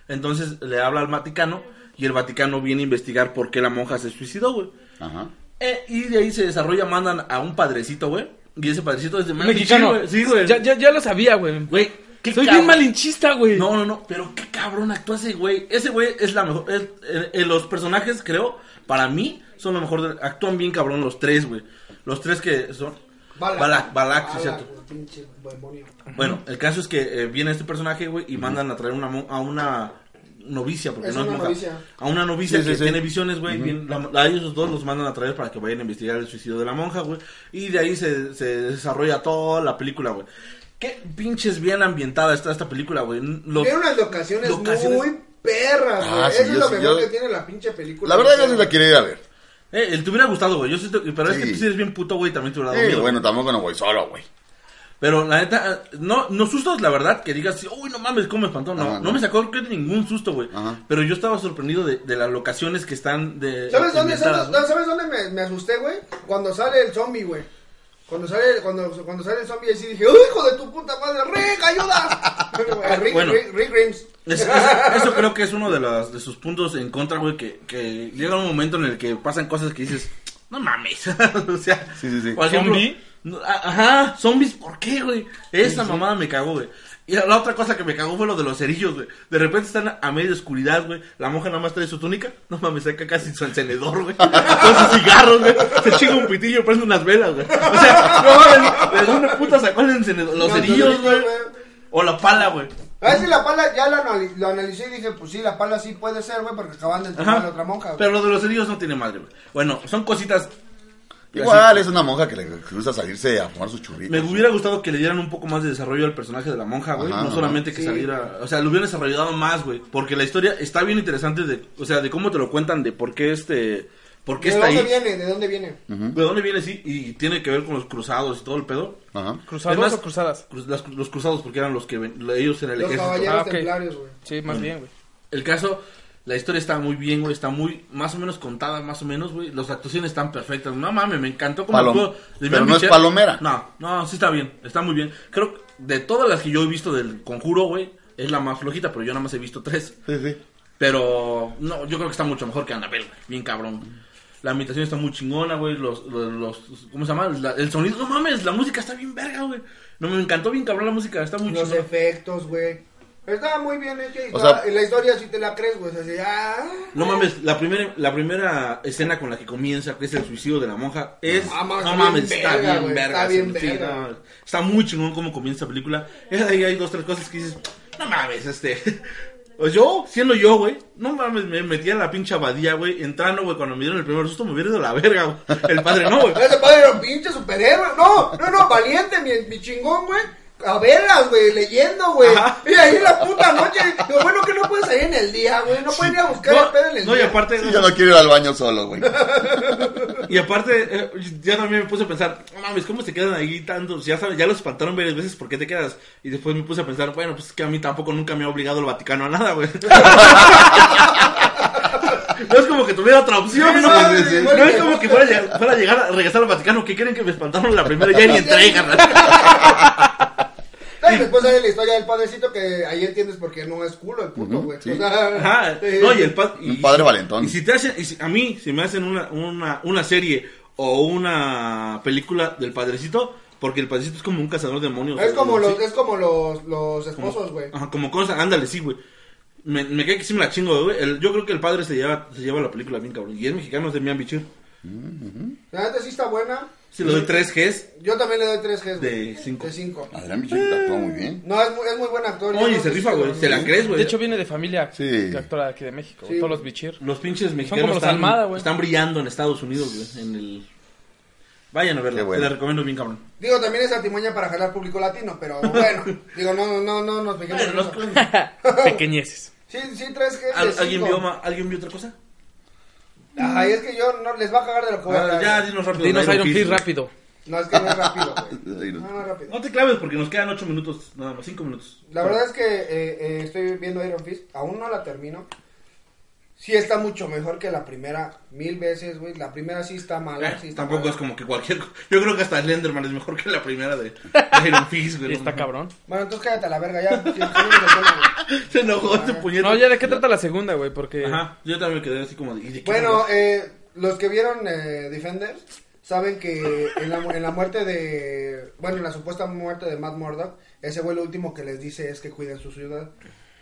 Entonces le habla al Vaticano y el Vaticano viene a investigar por qué la monja se suicidó, güey. Ajá. Eh, y de ahí se desarrolla, mandan a un padrecito, güey. Y ese padrecito es de Manatí, Mexicano. güey. Sí, güey. Ya, ya, ya lo sabía, güey. Güey, qué Soy cabrón. bien malinchista, güey. No, no, no, pero qué cabrón actúa ese güey. Ese güey es la mejor. es- eh, eh, los personajes, creo, para mí, son lo mejor. de- actúan bien cabrón los tres, güey. Los tres que son. Balak. Balak, Balak, sí, Balak, cierto. el pinche demonio. Bueno, el caso es que eh, viene este personaje, güey, y mandan a traer una mo- a una novicia, porque Es no es una monja. novicia. A una novicia Sí, sí, que sí. tiene visiones, güey. bien- la- A ellos dos los mandan a traer para que vayan a investigar el suicidio de la monja, güey. Y de ahí se, se desarrolla toda la película, güey. Qué pinches bien ambientada está esta película, güey. Lo- Tiene unas locaciones, Locaciones. muy perras, Ah, güey. sí, Eso es yo lo sí, mejor yo- que tiene la pinche película. La verdad yo se sí la quería ir a ver. Eh, el- te hubiera gustado, güey. Yo siento que, pero es que Sí. si eres bien puto, güey, también te hubiera dado Sí, miedo. bueno, tampoco no voy solo, güey. Pero la neta, eh, no, no sustos, la verdad, que digas, uy, no mames, cómo me espantó. No, Ajá, no, no. me sacó creo que ningún susto, güey. Ajá. Pero yo estaba sorprendido de, de las locaciones que están de. ¿Sabes dónde, inventadas, sabes, güey. ¿sabes dónde me, me asusté, güey? Cuando sale el zombie, güey. Cuando sale, cuando, cuando sale el zombie, ahí sí dije, ¡Uy, hijo de tu puta madre! [LAUGHS] ¡Rick, ayuda! Rick, Bueno. Rick, Rick Grimes. Es- es- eso creo que es uno de, las, de sus puntos en contra, güey, que, que llega un momento en el que pasan cosas que dices, no mames. [LAUGHS] o sea, Sí, sí, sí. por ejemplo, ¿Zombie? no- a- ajá, zombies, ¿por qué, güey? Esa mamada me cagó, güey. Y la, la otra cosa que me cagó fue lo de los cerillos, güey. De repente están a media oscuridad, güey. La monja nada más trae su túnica. No mames, saca casi su encendedor, güey. Con sus cigarros, güey. Se chinga un pitillo, prende unas velas, güey. O sea, no mames, de una puta sacó el encendedor. Los No, cerillos, no, güey. güey. O la pala, güey. A ver si Ah, la pala ya la anali- lo analicé y dije, pues sí, la pala sí puede ser, güey, porque acaban de entrar Ajá. la otra monja, güey. Pero lo de los cerillos no tiene madre, güey. Bueno, son cositas. Igual es una monja que le gusta salirse a fumar sus churritos. Me hubiera gustado que le dieran un poco más de desarrollo al personaje de la monja, güey. Ajá, No ajá. solamente que Sí. saliera. O sea, lo hubieran desarrollado más, güey. Porque la historia está bien interesante de. O sea, de cómo te lo cuentan, de por qué este. ¿Por qué ¿De está dónde ahí? viene? ¿De dónde viene? ¿De dónde viene? Sí, y tiene que ver con los cruzados y todo el pedo. Ajá. ¿Cruzados Además- o cruzadas? Cruz- las- los cruzados, porque eran los que ven- ellos en el Los ejército. caballeros Ah, ok. templarios, güey. Sí, más bien, güey. El caso, la historia está muy bien, güey. Está muy, más o menos contada, más o menos, güey. Las actuaciones están perfectas. No mames, me encantó como Palom- actuó Lin-Manuel pero no es Michel. palomera. No, no, sí está bien. Está muy bien. Creo que de todas las que yo he visto del conjuro, güey, es la más flojita, pero yo nada más he visto tres. Sí, sí. Pero no, yo creo que está mucho mejor que Annabelle, güey. Bien cabrón. La ambientación está muy chingona, güey. Los, los, los- ¿cómo se llama? La- el sonido, no mames, la música está bien verga, güey. No, me encantó bien cabrón la música, está muy Los chingona. efectos, güey. Estaba muy bien hecho y O toda- sea- y la historia sí te la crees, güey. O sea, así, ah, No mames, la primera, la primera escena con la que comienza, que es el suicidio de la monja, es. Ah, mames, no está bien mames, está verga, bien güey, verga. está sí, bien sí, verga. no mames. está muy chingón cómo comienza la película. Es ahí hay dos, tres cosas que dices, no mames, este. [LAUGHS] Pues yo, siendo yo, güey, no mames, me metí a la pinche abadía, güey, entrando, güey, cuando me dieron el primer susto me hubiera ido a la verga, güey. El padre [LAUGHS] no, güey. Ese padre era un pinche superhéroe. No, no, no, valiente, mi, mi chingón, güey. A velas, güey, leyendo, güey. Ajá. Y ahí la puta noche. Lo bueno que no puedes salir en el día, güey. No puedes ir a buscar el pedo en No, el no, y día. aparte, Sí, yo no quiero ir al baño solo, güey. Y aparte, eh, ya también me puse a pensar, no mames, ¿cómo se quedan ahí tanto? Ya sabes, ya los espantaron varias veces, ¿por qué te quedas? Y después me puse a pensar, bueno, pues es que a mí tampoco nunca me ha obligado el Vaticano a nada, güey. no es como que tuviera otra opción, ¿no? Sí, sí, sí. No es como que fuera, a llegar- fuera a llegar a regresar al Vaticano, que quieren que me espantaron la primera, ya ni entré, carnal. No, y después sale la historia del padrecito que ahí entiendes por qué no es culo el puto, Ujú, güey. sí. O sea, Ajá, sí. no, y el pa- y- Un padre valentón. Y si te hacen, y si- a mí, si me hacen una, una, una serie o una película del padrecito, porque el padrecito es como un cazador de demonios. Es como Sí. los, es como los, los Como- esposos, güey. Ajá, como cosa, ándale, sí, güey. Me, me cae que sí me la chingo, güey. El- yo creo que el padre se lleva, se lleva la película bien, cabrón. Y es mexicano, es de Miami Bichir. La neta sí está buena. Si le doy tres Gs Yo también le doy 3 Gs, güey. De cinco. De 5. Adrián Michel actúa muy bien. No, es muy, es muy buen actor. Yo Oye, creo se que rifa, sí, güey. ¿Te la crees, güey? De hecho, viene de familia Sí. de actora de aquí de México. Sí. Todos [LAUGHS] los bichir. los pinches mexicanos como los están, Almada, güey. están brillando en Estados Unidos, güey. En el... Vayan a verla, Qué bueno. te la recomiendo bien, cabrón. Digo, también es artimaña para jalar público latino, pero bueno. digo, no, no, no nos [LAUGHS] fijemos en eso. Pequeñeces. Sí, sí, 3 Gs. ¿Al- de ¿alguien, cinco. vio, ma- ¿Alguien vio otra cosa? Ay, es que yo no les va a cagar de lo que voy a Ah, hablar. ya, dinos rápido. Dinos Iron Fist güey. rápido. No, es que no es rápido, güey. Ay, No, no. no es rápido. No te claves porque nos quedan ocho minutos, nada más, cinco minutos. La verdad es que eh, eh, estoy viendo Iron Fist, aún no la termino. Sí está mucho mejor que la primera, mil veces, güey. La primera sí está mala. sí Eh, está tampoco mala. es como que cualquier. co- Yo creo que hasta Slenderman es mejor que la primera de de [LAUGHS] Iron Fist, güey. Y está cabrón. Bueno, entonces cállate a la verga ya. sí, sí, no me lo tengo, Se enojó este Ah. puñetazo. No, ya de qué trata la segunda, güey, porque. Ajá, yo también me quedé así como. de, ¿y de qué güey. bueno, hablas? eh, los que vieron eh, Defenders saben que en la, mu- en la muerte de... Bueno, en la supuesta muerte de Matt Murdock, ese güey lo último que les dice es que cuiden su ciudad.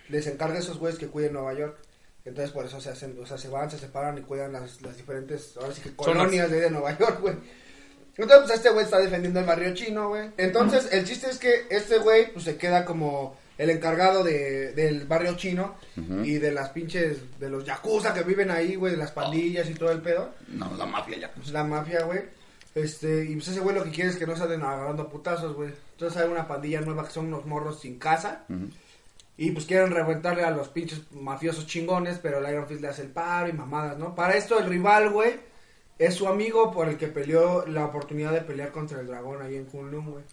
Les encarga a esos güeyes que cuiden Nueva York. Entonces por eso se hacen, o sea, se van, se separan y cuidan las, las diferentes, ahora sí que [LAUGHS] Zonas. colonias de ahí de Nueva York, güey. Entonces, pues este güey está defendiendo el barrio chino, güey. Entonces, el chiste es que este güey, pues se queda como el encargado de, del barrio chino y de las pinches, de los yakuza que viven ahí, güey, de las pandillas y todo el pedo. No, la mafia ya. Pues la mafia, güey. Este, y pues ese güey lo que quiere es que no salen agarrando putazos, güey. Entonces hay una pandilla nueva que son unos morros sin casa. Y pues quieren reventarle a los pinches mafiosos chingones, pero el Iron Fist le hace el paro y mamadas, ¿no? Para esto el rival, güey, es su amigo por el que peleó la oportunidad de pelear contra el dragón ahí en Kunlun, güey.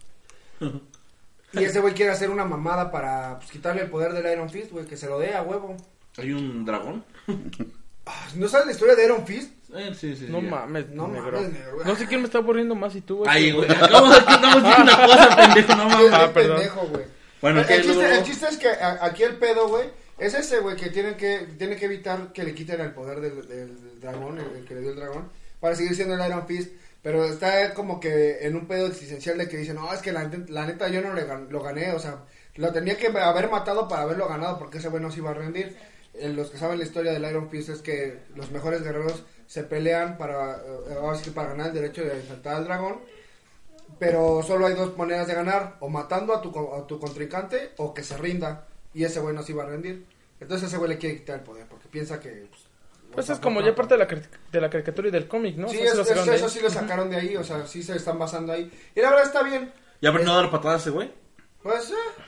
Y ese güey quiere hacer una mamada para pues, quitarle el poder del Iron Fist, güey, que se lo dé a huevo. ¿Hay un dragón? Ah, ¿No sabes la historia de Iron Fist? Eh, sí, sí. No sí, ya. mames, No no negro. mames, negro. No sé quién me está aburriendo más si tú, güey. Ay, güey, acabamos de acabamos de decir una [LAUGHS] cosa, pendejo, no mames. Ah, perdón. pendejo, güey. Bueno, el, ¿qué el chiste, luego? el chiste es que a- aquí el pedo, güey, es ese, güey, que tiene que, tiene que evitar que le quiten el poder del, del dragón, el, el que le dio el dragón, para seguir siendo el Iron Fist. Pero está como que en un pedo existencial de que dice, no, es que la, neta- la neta yo no le gan- lo gané, o sea, lo tenía que haber matado para haberlo ganado porque ese güey no se iba a rendir. Eh, Los que saben la historia del Iron Fist es que los mejores guerreros se pelean para, eh, ahora sí que para ganar el derecho de enfrentar al dragón. Pero solo hay dos maneras de ganar, o matando a tu, co- a tu contrincante o que se rinda y ese güey no se iba a rendir. Entonces ese güey le quiere quitar el poder porque piensa que... Pues, o Pues sea, es como por- ya parte de la, cari- de la caricatura y del cómic, ¿no? O Sí, sea, es- se lo es- sacaron de eso ahí. sí lo sacaron de ahí, o sea, sí se están basando ahí. Y la verdad está bien. ¿Ya aprendió a dar patadas ese güey? Pues, eh,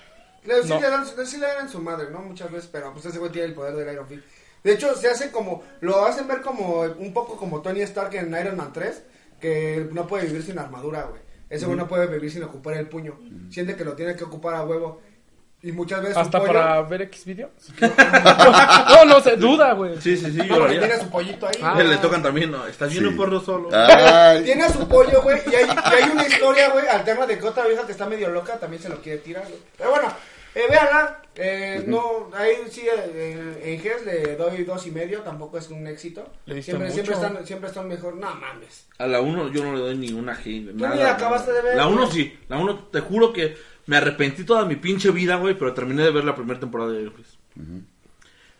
le, sí, No. le dan, sí le dan su madre, ¿no? Muchas veces, pero pues ese güey tiene el poder del Iron Fist. De hecho, se hace como, lo hacen ver como, un poco como Tony Stark en Iron Man 3, que no puede vivir sin armadura, güey. Ese güey no puede vivir sin ocupar el puño. Siente que lo tiene que ocupar a huevo. Y muchas veces Hasta su pollo, para ver X videos. [LAUGHS] no, no se duda, güey. Sí, sí, sí, yo lo porque haría. tiene su pollito ahí. Ah. Le- Le tocan también, no, estás viendo Sí. Ah, porro solo. Ay, Tiene a su pollo, güey, y hay, y hay una historia, güey, alterna de que otra vieja que está medio loca también se lo quiere tirar, güey. Pero bueno, eh, véanla, eh, no, ahí sí, eh, en, en Gers le doy dos y medio, tampoco es un éxito. Le diste Siempre, mucho. siempre están, siempre están mejor, no mames. A la 1 yo no le doy ni una G. güey, ni nada, la güey. acabaste de ver, La 1 güey. sí. La 1, te juro que me arrepentí toda mi pinche vida, güey, pero terminé de ver la primera temporada de Office.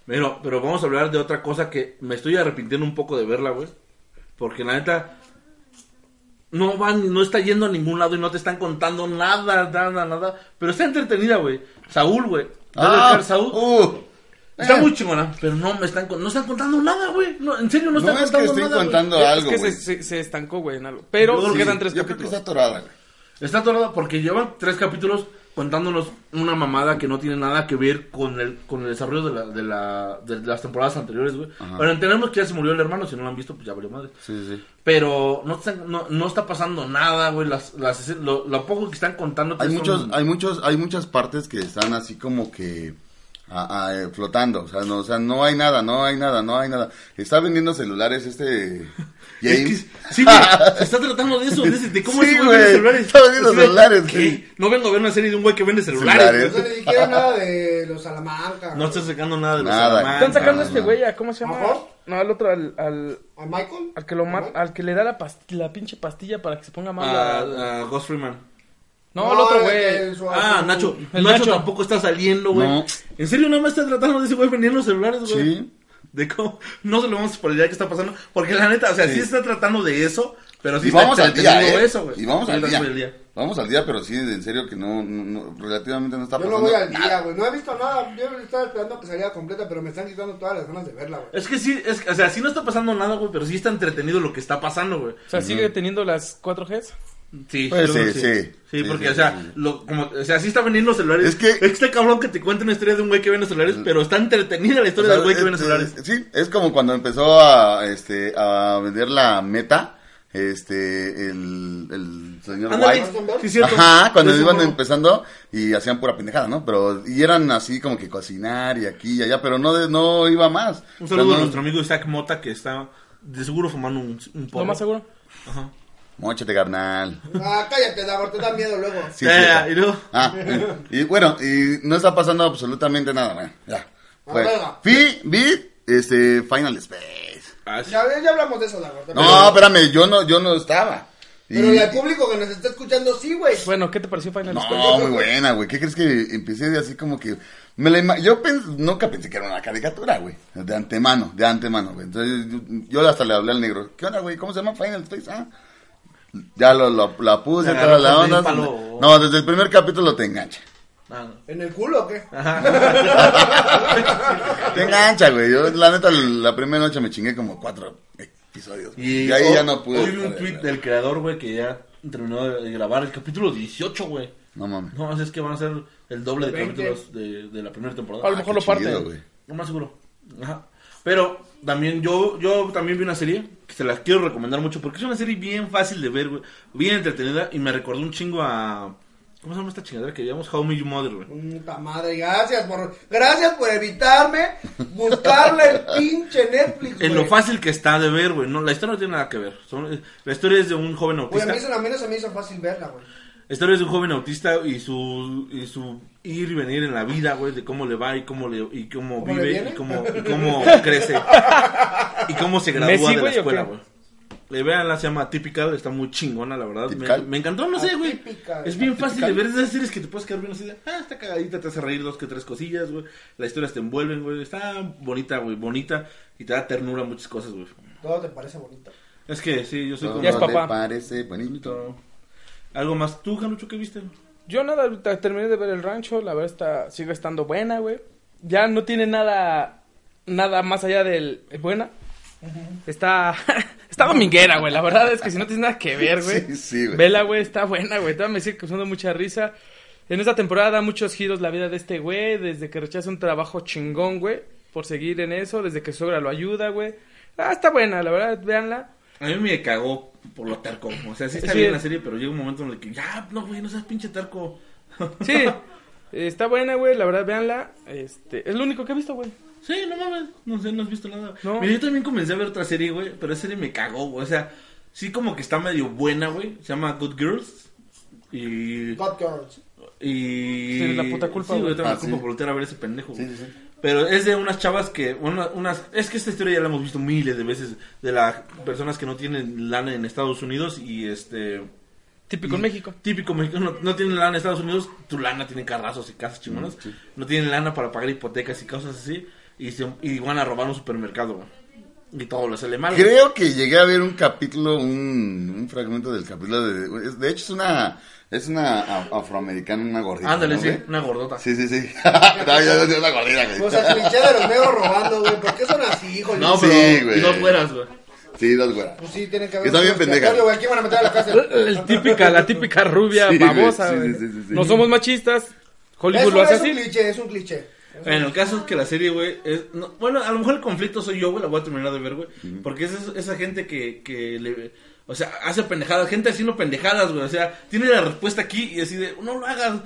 Pero, pero vamos a hablar de otra cosa que me estoy arrepintiendo un poco de verla, güey. Porque la neta no van, no está yendo a ningún lado y no te están contando nada, nada, nada. Pero está entretenida, güey. Saúl, güey. ah, Better Call Saúl. uh, Está eh. muy chingona, pero no me están, con- no están contando nada, güey. No, en serio, no no están es que contando estoy nada. güey. contando Es algo, que güey. se, se- se estancó, güey, en algo. Pero Yo- quedan sí, tres Yo creo que capítulos. está atorada, güey. Está atorada porque llevan tres capítulos contándonos una mamada que no tiene nada que ver con el, con el desarrollo de, la, de, la, de las temporadas anteriores, güey. Ajá. Pero entendemos que ya se murió el hermano, si no lo han visto, pues ya valió madre. Sí, sí. Pero no, están- no, no está pasando nada, güey. Las, las, escen- lo, lo poco que están contando Hay muchos, hay muchos, hay muchas partes que están así como que a- a- eh, flotando, o sea, no, o sea, no hay nada, no hay nada, no hay nada. Está vendiendo celulares este [LAUGHS] Es James. que- sí, [LAUGHS] güey, se está tratando de eso, de, ese- de cómo Sí, ese güey vende güey, celulares. está vendiendo Así de, celulares, ¿qué? güey. No vengo a ver una serie de un güey que vende celulares. Celulares. No le dijeron nada de los Salamanca. güey. No está sacando nada de los Nada. Salamanca. Están sacando Ah, este no. güey, ¿a ¿cómo se llama? ¿Mejor? No, al otro, al, al, ¿A Michael? al que lo ma- ¿A Michael? al que le da la, past- la pinche pastilla para que se ponga mal. A, la- a Ghost Freeman. No, el otro el- güey. el- su- Ah, su- Nacho. El Nacho, Nacho. tampoco está saliendo, güey. No. En serio, nada más está tratando de ese güey vendiendo celulares, güey. Sí. De cómo. No se lo vamos a spoilear que está pasando. Porque la neta, o sea, sí, Sí. está tratando de eso. Pero sí Y está vamos al día, teniendo ¿eh? eso, güey. Y vamos Sí, al está día. sobre el día. Vamos al día, pero sí, en serio que no, no- no- relativamente no está Yo no pasando. voy al nada. día, güey. No he visto nada. Yo estaba esperando que saliera completa, pero me están quitando todas las ganas de verla, güey. Es que sí, es, que- o sea, sí no está pasando nada, güey, pero sí está entretenido lo que está pasando, güey. O sea, sigue teniendo las 4Gs. Sí, Pues yo sí, creo que sí. sí. Sí, porque, sí, o sea, sí, sí. Lo, como, o sea, sí está vendiendo celulares. Es que- Este cabrón que te cuenta una historia de un güey que vende celulares, pero está entretenida la historia O sea, del güey que es- vende celulares. es- Sí, es como cuando empezó a, este, a vender la meta, este, el, el señor Ándale, White. sí, cierto. Pues, Ajá, cuando Entonces, iban como- empezando y hacían pura pendejada, ¿no? Pero, y eran así como que cocinar y aquí y allá, pero no, de- no iba más. Un O sea, saludo a no- nuestro amigo Isaac Mota que está de seguro fumando un, un porro. Lo más seguro. Ajá. Móchate, carnal. Ah, cállate, Davor, te da miedo luego. Sí, Ya, ya, cierto. Eh, y luego- Ah, eh, y bueno, y no está pasando absolutamente nada, bueno, ya. Fue. verga. Vi, vi, este, Final Space. Ah, sí. Ya, ya hablamos de eso, Davor. No, espérame, yo no, yo no estaba. Y- Pero y al público que nos está escuchando, sí, güey. Bueno, ¿qué te pareció Final Space? No, muy buena, güey. ¿Qué crees que empecé de así como que... Me la ima- yo pens- nunca pensé que era una caricatura, güey. De antemano, de antemano, güey. Entonces yo, yo hasta le hablé al negro. ¿Qué onda, güey? ¿Cómo se llama Final Space? Ah. Ya lo, lo- la puse, Te toda agarró la con onda. el palo. No, desde el primer capítulo te engancha. Ah, [LAUGHS] no. ¿En el culo o qué? Te engancha, güey. Yo, la neta, la primera noche me chingué como cuatro episodios. Y, ahí hoy- ya no pude. Hoy vi un tweet del creador, güey, que ya terminó de grabar el capítulo 18, güey. No mames. No, es que van a ser el doble de 20. capítulos de, de la primera temporada. A lo mejor lo Ah, Qué parte. chido, güey. No más seguro. Ajá. Pero también yo, yo también vi una serie que se las quiero recomendar mucho porque es una serie bien fácil de ver, güey. Bien entretenida y me recordó un chingo a... ¿Cómo se llama esta chingadera que llamamos How Me Your Mother, güey? Puta madre, gracias por, gracias por evitarme buscarle el pinche Netflix, En güey. lo fácil que está de ver, güey. No, la historia no tiene nada que ver. Son- la historia es de un joven Güey, a autista. mí se- a mí no se me hizo fácil verla, güey. La historia es de un joven autista y su, y su ir y venir en la vida, güey, de cómo le va y cómo le y cómo, ¿Cómo le vive viene? y cómo, y [LAUGHS] cómo crece y cómo se gradúa ¿Messi, de la güey, o escuela, qué? güey. Le vean la se llama Typical, está muy chingona, la verdad. Me, ¿Typical? me encantó, no sé, güey. Atypical. Es bien fácil de ¿Atypical? ver es de esas series que te puedes quedar bien así de, ah, está cagadita, te hace reír dos que tres cosillas, güey. Las historias te envuelven, güey. Está bonita, güey, bonita y te da ternura muchas cosas, güey. Todo te parece bonito. Es que sí, yo soy Todo como Ya es te papá. parece bonito. algo más tú, Janucho, ¿qué viste? Yo nada, ahorita terminé de ver el rancho, la verdad está, sigue estando buena, güey. Ya no tiene nada, nada más allá del eh, buena. Está, [LAUGHS] está dominguera, güey. La verdad es que si no tienes nada que ver, güey. Sí, sí, güey. Vela, güey, está buena, güey. Todavía me sigue causando mucha risa. En esta temporada da muchos giros la vida de este güey, desde que rechaza un trabajo chingón, güey, por seguir en eso, desde que su sogra lo ayuda, güey. Ah, está buena, la verdad, véanla. A mí me cagó por lo terco. O sea, sí está Sí. bien la serie, pero llega un momento en el que ya, no, güey, no seas pinche terco. Sí, [LAUGHS] eh, está buena, güey, la verdad, véanla. Este, es lo único que he visto, güey. Sí, no mames, no sé, no has visto nada. No. Mira, yo también comencé a ver otra serie, güey, pero esa serie me cagó, güey. O sea, sí como que está medio buena, güey. Se llama Good Girls. Y. God Girls. Y. Sí, la puta culpa, Sí, güey. güey, tengo Ah, la culpa sí. por voltear a ver ese pendejo, güey. Sí, sí, sí. Pero es de unas chavas que. una- unas, es que esta historia ya la hemos visto miles de veces. De las personas que no tienen lana en Estados Unidos y este. Típico en México. Típico mexicano, no, no tienen lana en Estados Unidos, tu lana tienen carrazos y casas chingonas. Mm, No tienen lana para pagar hipotecas y cosas así. Y, se- y van a robar un supermercado, güey. Y todo les sale mal. güey. Creo que llegué a ver un capítulo, un, un fragmento del capítulo de... es- De hecho es una, es una a- afroamericana, una gordita. Ándale, ¿no, sí, güey? una gordota. Sí, sí, [LAUGHS] sí. no, yo no soy una gordita, güey. O sea, cliché de los negros robando, güey. ¿Por qué son así, hijo? No, Sí, pero güey. dos güeras, güey. Sí, dos güeras. Pues sí, tienen que haber. Está bien pendeja. Oye, güey, aquí van a meter a la cárcel. El típica, la típica rubia Sí, güey, babosa, sí, güey. sí, sí, sí, sí. No somos machistas. Hollywood Es un, lo hace es un así. cliché, es un cliché. Bueno, el caso es que la serie, güey, es... no, bueno, a lo mejor el conflicto soy yo, güey, la voy a terminar de ver, güey. Porque es es- esa gente que, que le... O sea, hace pendejadas, gente haciendo pendejadas, güey. O sea, tiene la respuesta aquí y decide, no lo hagas.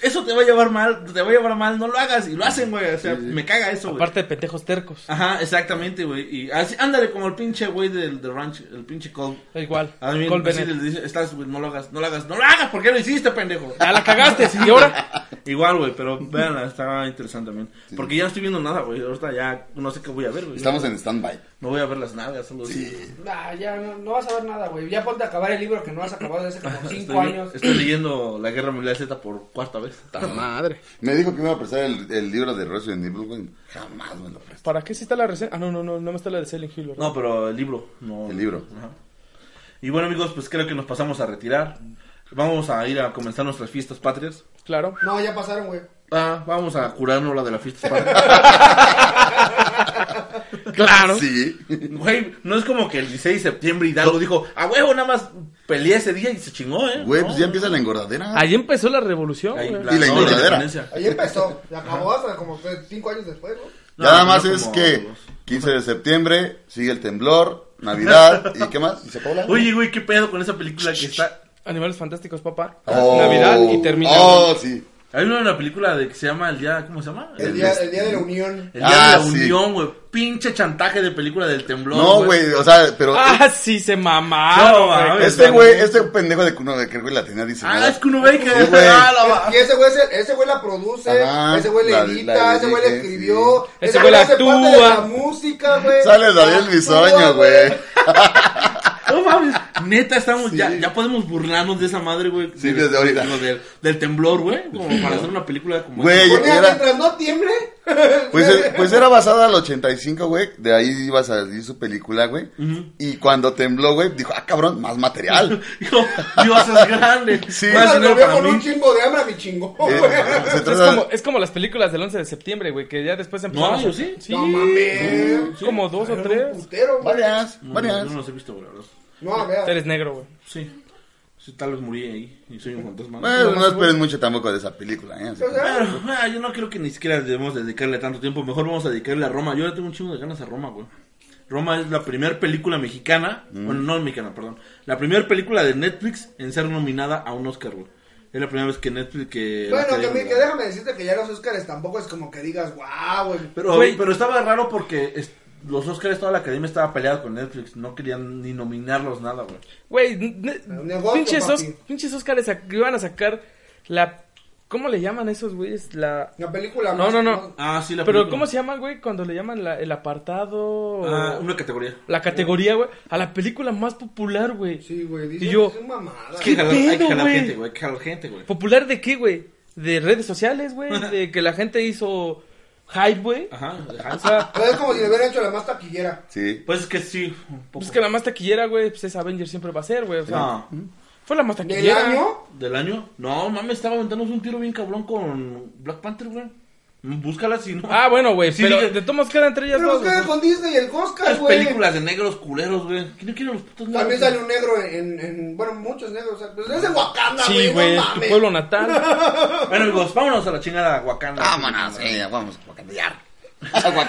eso te va a llevar mal, te va a llevar mal, no lo hagas. Y lo hacen, güey. O sea, me caga eso, güey. Aparte de pendejos tercos. Ajá, exactamente, güey. Y así, ándale como el pinche güey del, del ranch, el pinche Cole. Igual. A mí Cole el Bennett. imbécil le dice, estás, güey, no lo hagas, no lo hagas, no lo hagas, ¿por qué lo hiciste, pendejo? Ah, la cagaste, sí, y ahora. Igual, güey, [LAUGHS] pero vean, está interesante también. Porque ya no estoy viendo nada, güey. Ahorita ya no sé qué voy a ver, güey. Estamos en stand-by. No voy a ver las nalgas, solo sí. Nah, ya no, no vas a ver nada, güey. Ya ponte a acabar el libro que no has acabado desde hace como [LAUGHS] Estoy, cinco años. estoy leyendo La Guerra Mundial Z por cuarta vez. Madre. Me dijo que me iba a prestar el, el libro de Resident Evil, güey. Jamás me lo prestó. ¿Para qué sí está la reseña? Ah, no, no, no, no me está la de Silent Hill, ¿verdad? No, pero el libro. No, El libro. Ajá. Y bueno, amigos, pues creo que nos pasamos a retirar. Vamos a ir a comenzar nuestras fiestas patrias. Claro. No, ya pasaron, güey. Ah, vamos a curarnos la de las fiestas [LAUGHS] patrias. Claro. Sí. Güey, no es como que el 16 de septiembre Hidalgo dijo, a huevo, nada más peleé ese día y se chingó, ¿eh? Güey, No. pues ya empieza la engordadera. Ahí empezó la revolución, Ahí, güey. Y la no, engordadera. independencia. Ahí empezó. Se acabó hasta como que cinco años después, ¿no? Ya nada No, más no, es como que los- 15 de septiembre, sigue el temblor, Navidad, ¿y qué más? ¿Y se acabó la- Oye, güey, qué pedo con esa película que está. Animales fantásticos, papá. Oh. Navidad y termina. Oh, sí. Hay una, una película de que se llama El Día. ¿Cómo se llama? El El día, des- el día de la unión. El Día de Ah, la sí. Unión, güey. Pinche chantaje de película del temblor. No, güey, o sea, pero Ah, sí, se mamaron, No, mames. güey. este güey, este pendejo de Kuno de que la tenía dice Ah, es Kuno Baker. Sí, güey. Ah, la va- Y ese güey, es el- ese güey la produce, Ajá, ese güey Ah, la- la la edita, ese dirige, güey la escribió, sí. Ese güey hace parte de actúa. la [LAUGHS] música, güey. Sale Daniel Bisoño, Actúa, güey. No mames. Neta, estamos. Sí. Ya, ya podemos burlarnos de esa madre, güey. Sí, De- desde ahorita. digo, del, del temblor, güey. Como para hacer una película como. Güey, Porque era- mientras no tiemble. [LAUGHS] [LAUGHS] Pues, eh, pues era basada al 85, güey. De ahí iba a salir su película, güey. Y cuando tembló, güey, dijo, ah, cabrón, más material. [LAUGHS] Digo, Dios es grande. Sí. Más Mientras dinero lo veo para con mí. un chingo de hambre a mi chingo, Eh, güey. [LAUGHS] se Es trata- como, es como las películas del 11 de septiembre, güey, que ya después empezaron. No, a- yo sí. Sí. No mames. Sí, como dos o Era tres. Un putero, güey. Varias, No, varias. Yo no los he visto, güey, la verdad. No, a ver. Eres negro, güey. Sí. Sí, tal vez morí ahí. Y soy un fantasma. Bueno, no esperen mucho tampoco de esa película, ¿eh? Así O sea, Claro, ah, yo no creo que ni siquiera debemos dedicarle tanto tiempo. Mejor vamos a dedicarle a Roma. Yo le tengo un chingo de ganas a Roma, güey. Roma es la primera película mexicana, bueno, no mexicana, perdón. La primera película de Netflix en ser nominada a un Oscar, güey. Es la primera vez que Netflix que... Bueno, que, que mi- que déjame decirte que ya los Óscares tampoco es como que digas, wow, güey. Pero, Güey. pero estaba raro porque es- los Oscars, toda la academia estaba peleada con Netflix. No querían ni nominarlos nada, güey. Güey, ne- Negocio, pinches, papi. os- pinches Óscares ac- iban a sacar la... ¿Cómo le llaman a esos güeyes? La... La película. No, más- no, no. Ah, sí, la Pero película. ¿cómo se llaman, güey, cuando le llaman la- el apartado? Ah, una categoría. La categoría, güey. A la película más popular, güey. Sí, güey. Y Dice, yo- es una mamada. Hay que jalar- hay que pedo, jalar güey? gente, güey. Hay que jalar gente, güey. ¿Popular de qué, güey? De redes sociales, güey. De que la gente hizo hype, güey. Ajá. Ah, O sea, Pero es como si le hubieran hecho la más taquillera. Sí. Pues es que sí. un poco. pues que la más taquillera, güey, pues es Avengers siempre va a ser, güey. O sea, No. fue la más ¿Del taquillera. año? ¿Del año? No, mames, estaba aventándose un tiro bien cabrón con Black Panther, güey. Búscala si no. Ah, bueno, güey. Sí, pero dije- de todos modos quedan entre ellas Pero dos. ¿qué güey. con Disney y el Oscar, Las güey. películas de negros culeros, güey. ¿Quién no quiere los putos negros? También sale un negro en, en- bueno, muchos negros, o sea, pues es de Wakanda, güey, Sí, no güey, es tu mames. pueblo [LAUGHS] natal. Bueno, amigos, vámonos a la chingada Wakanda. Ah, [LAUGHS] Vámonos, sí, vamos a cambiar. [LAUGHS] a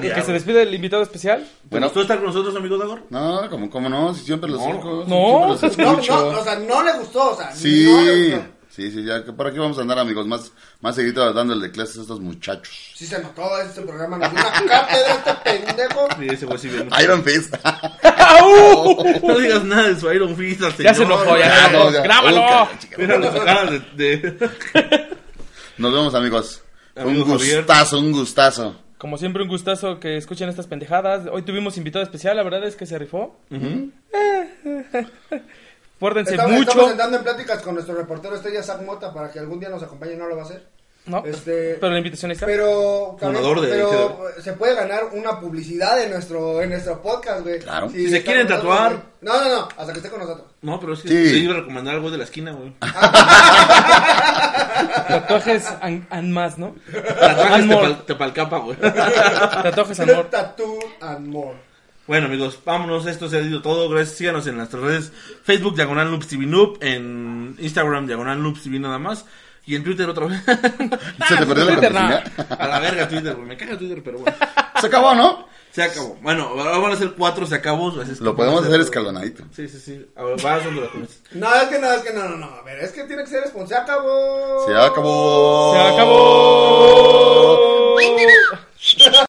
[LAUGHS] que se despide el [LAUGHS] invitado especial. Bueno, Bueno. ¿tú estar con nosotros, amigo Dagor? No, como, como no, si siempre los No, escucho, no. siempre No, los no, o escucho. sea, no le gustó, o sea, no le Sí, gustó. sí, sí, ya, que ¿para qué vamos a andar, amigos? Más, más seguido dándole clases a estos muchachos. [LAUGHS] Sí se notó este programa, nos dio [LAUGHS] una cátedra este pendejo. Sí, ese güey sí viene. Iron Fist. [LAUGHS] ¡Au! No digas nada de su Iron Fist, al Ya señor. se enojó, ya [LAUGHS] se enojó. Ya, ya. ¡Grábalo! Uy, chica. Míralo, su cara de... de- [LAUGHS] Nos vemos, amigos. Amigo un Javier. gustazo, [LAUGHS] un gustazo. Como siempre, un gustazo que escuchen estas pendejadas. Hoy tuvimos invitado especial, la verdad es que se rifó. [LAUGHS] Acuérdense Estamos, estamos mucho. entrando en pláticas con nuestro reportero estrella Zach Mota para que algún día nos acompañe, no lo va a hacer. No, Este- pero la invitación ahí está. Pero, Fundador de- pero se puede ganar una publicidad en nuestro, en nuestro podcast, güey. Claro. Si se está quieren con nosotros, tatuar. güey. No, no, no, hasta que esté con nosotros. No, pero es que Sí. te iba a recomendar algo de la esquina, güey. Tatuajes and, and más, ¿no? Tatuajes And te, more. pal- te palcapa, güey. [LAUGHS] Pues, Tatuajes amor. Tattoo and more. Bueno, amigos, vámonos. Esto se ha sido todo. Gracias. Síganos en nuestras redes: Facebook, Diagonal Noobs TV Noob, en Instagram, Diagonal Noobs TV nada más. Y en Twitter otra vez. [LAUGHS] Se te perdió la Twitter, no. oportunidad. A la verga, Twitter, güey. Me caga Twitter, pero bueno. [LAUGHS] Se acabó, ¿no? Se acabó. Bueno, ahora van a ser cuatro, se acabó. así es Lo que podemos vamos a hacer escalonadito. Sí, sí, sí. A ver, vas donde la conoces. No, es que no, es que no, no, no. A ver, es que tiene que ser responsable. Se acabó. Se acabó. ¡Se acabó!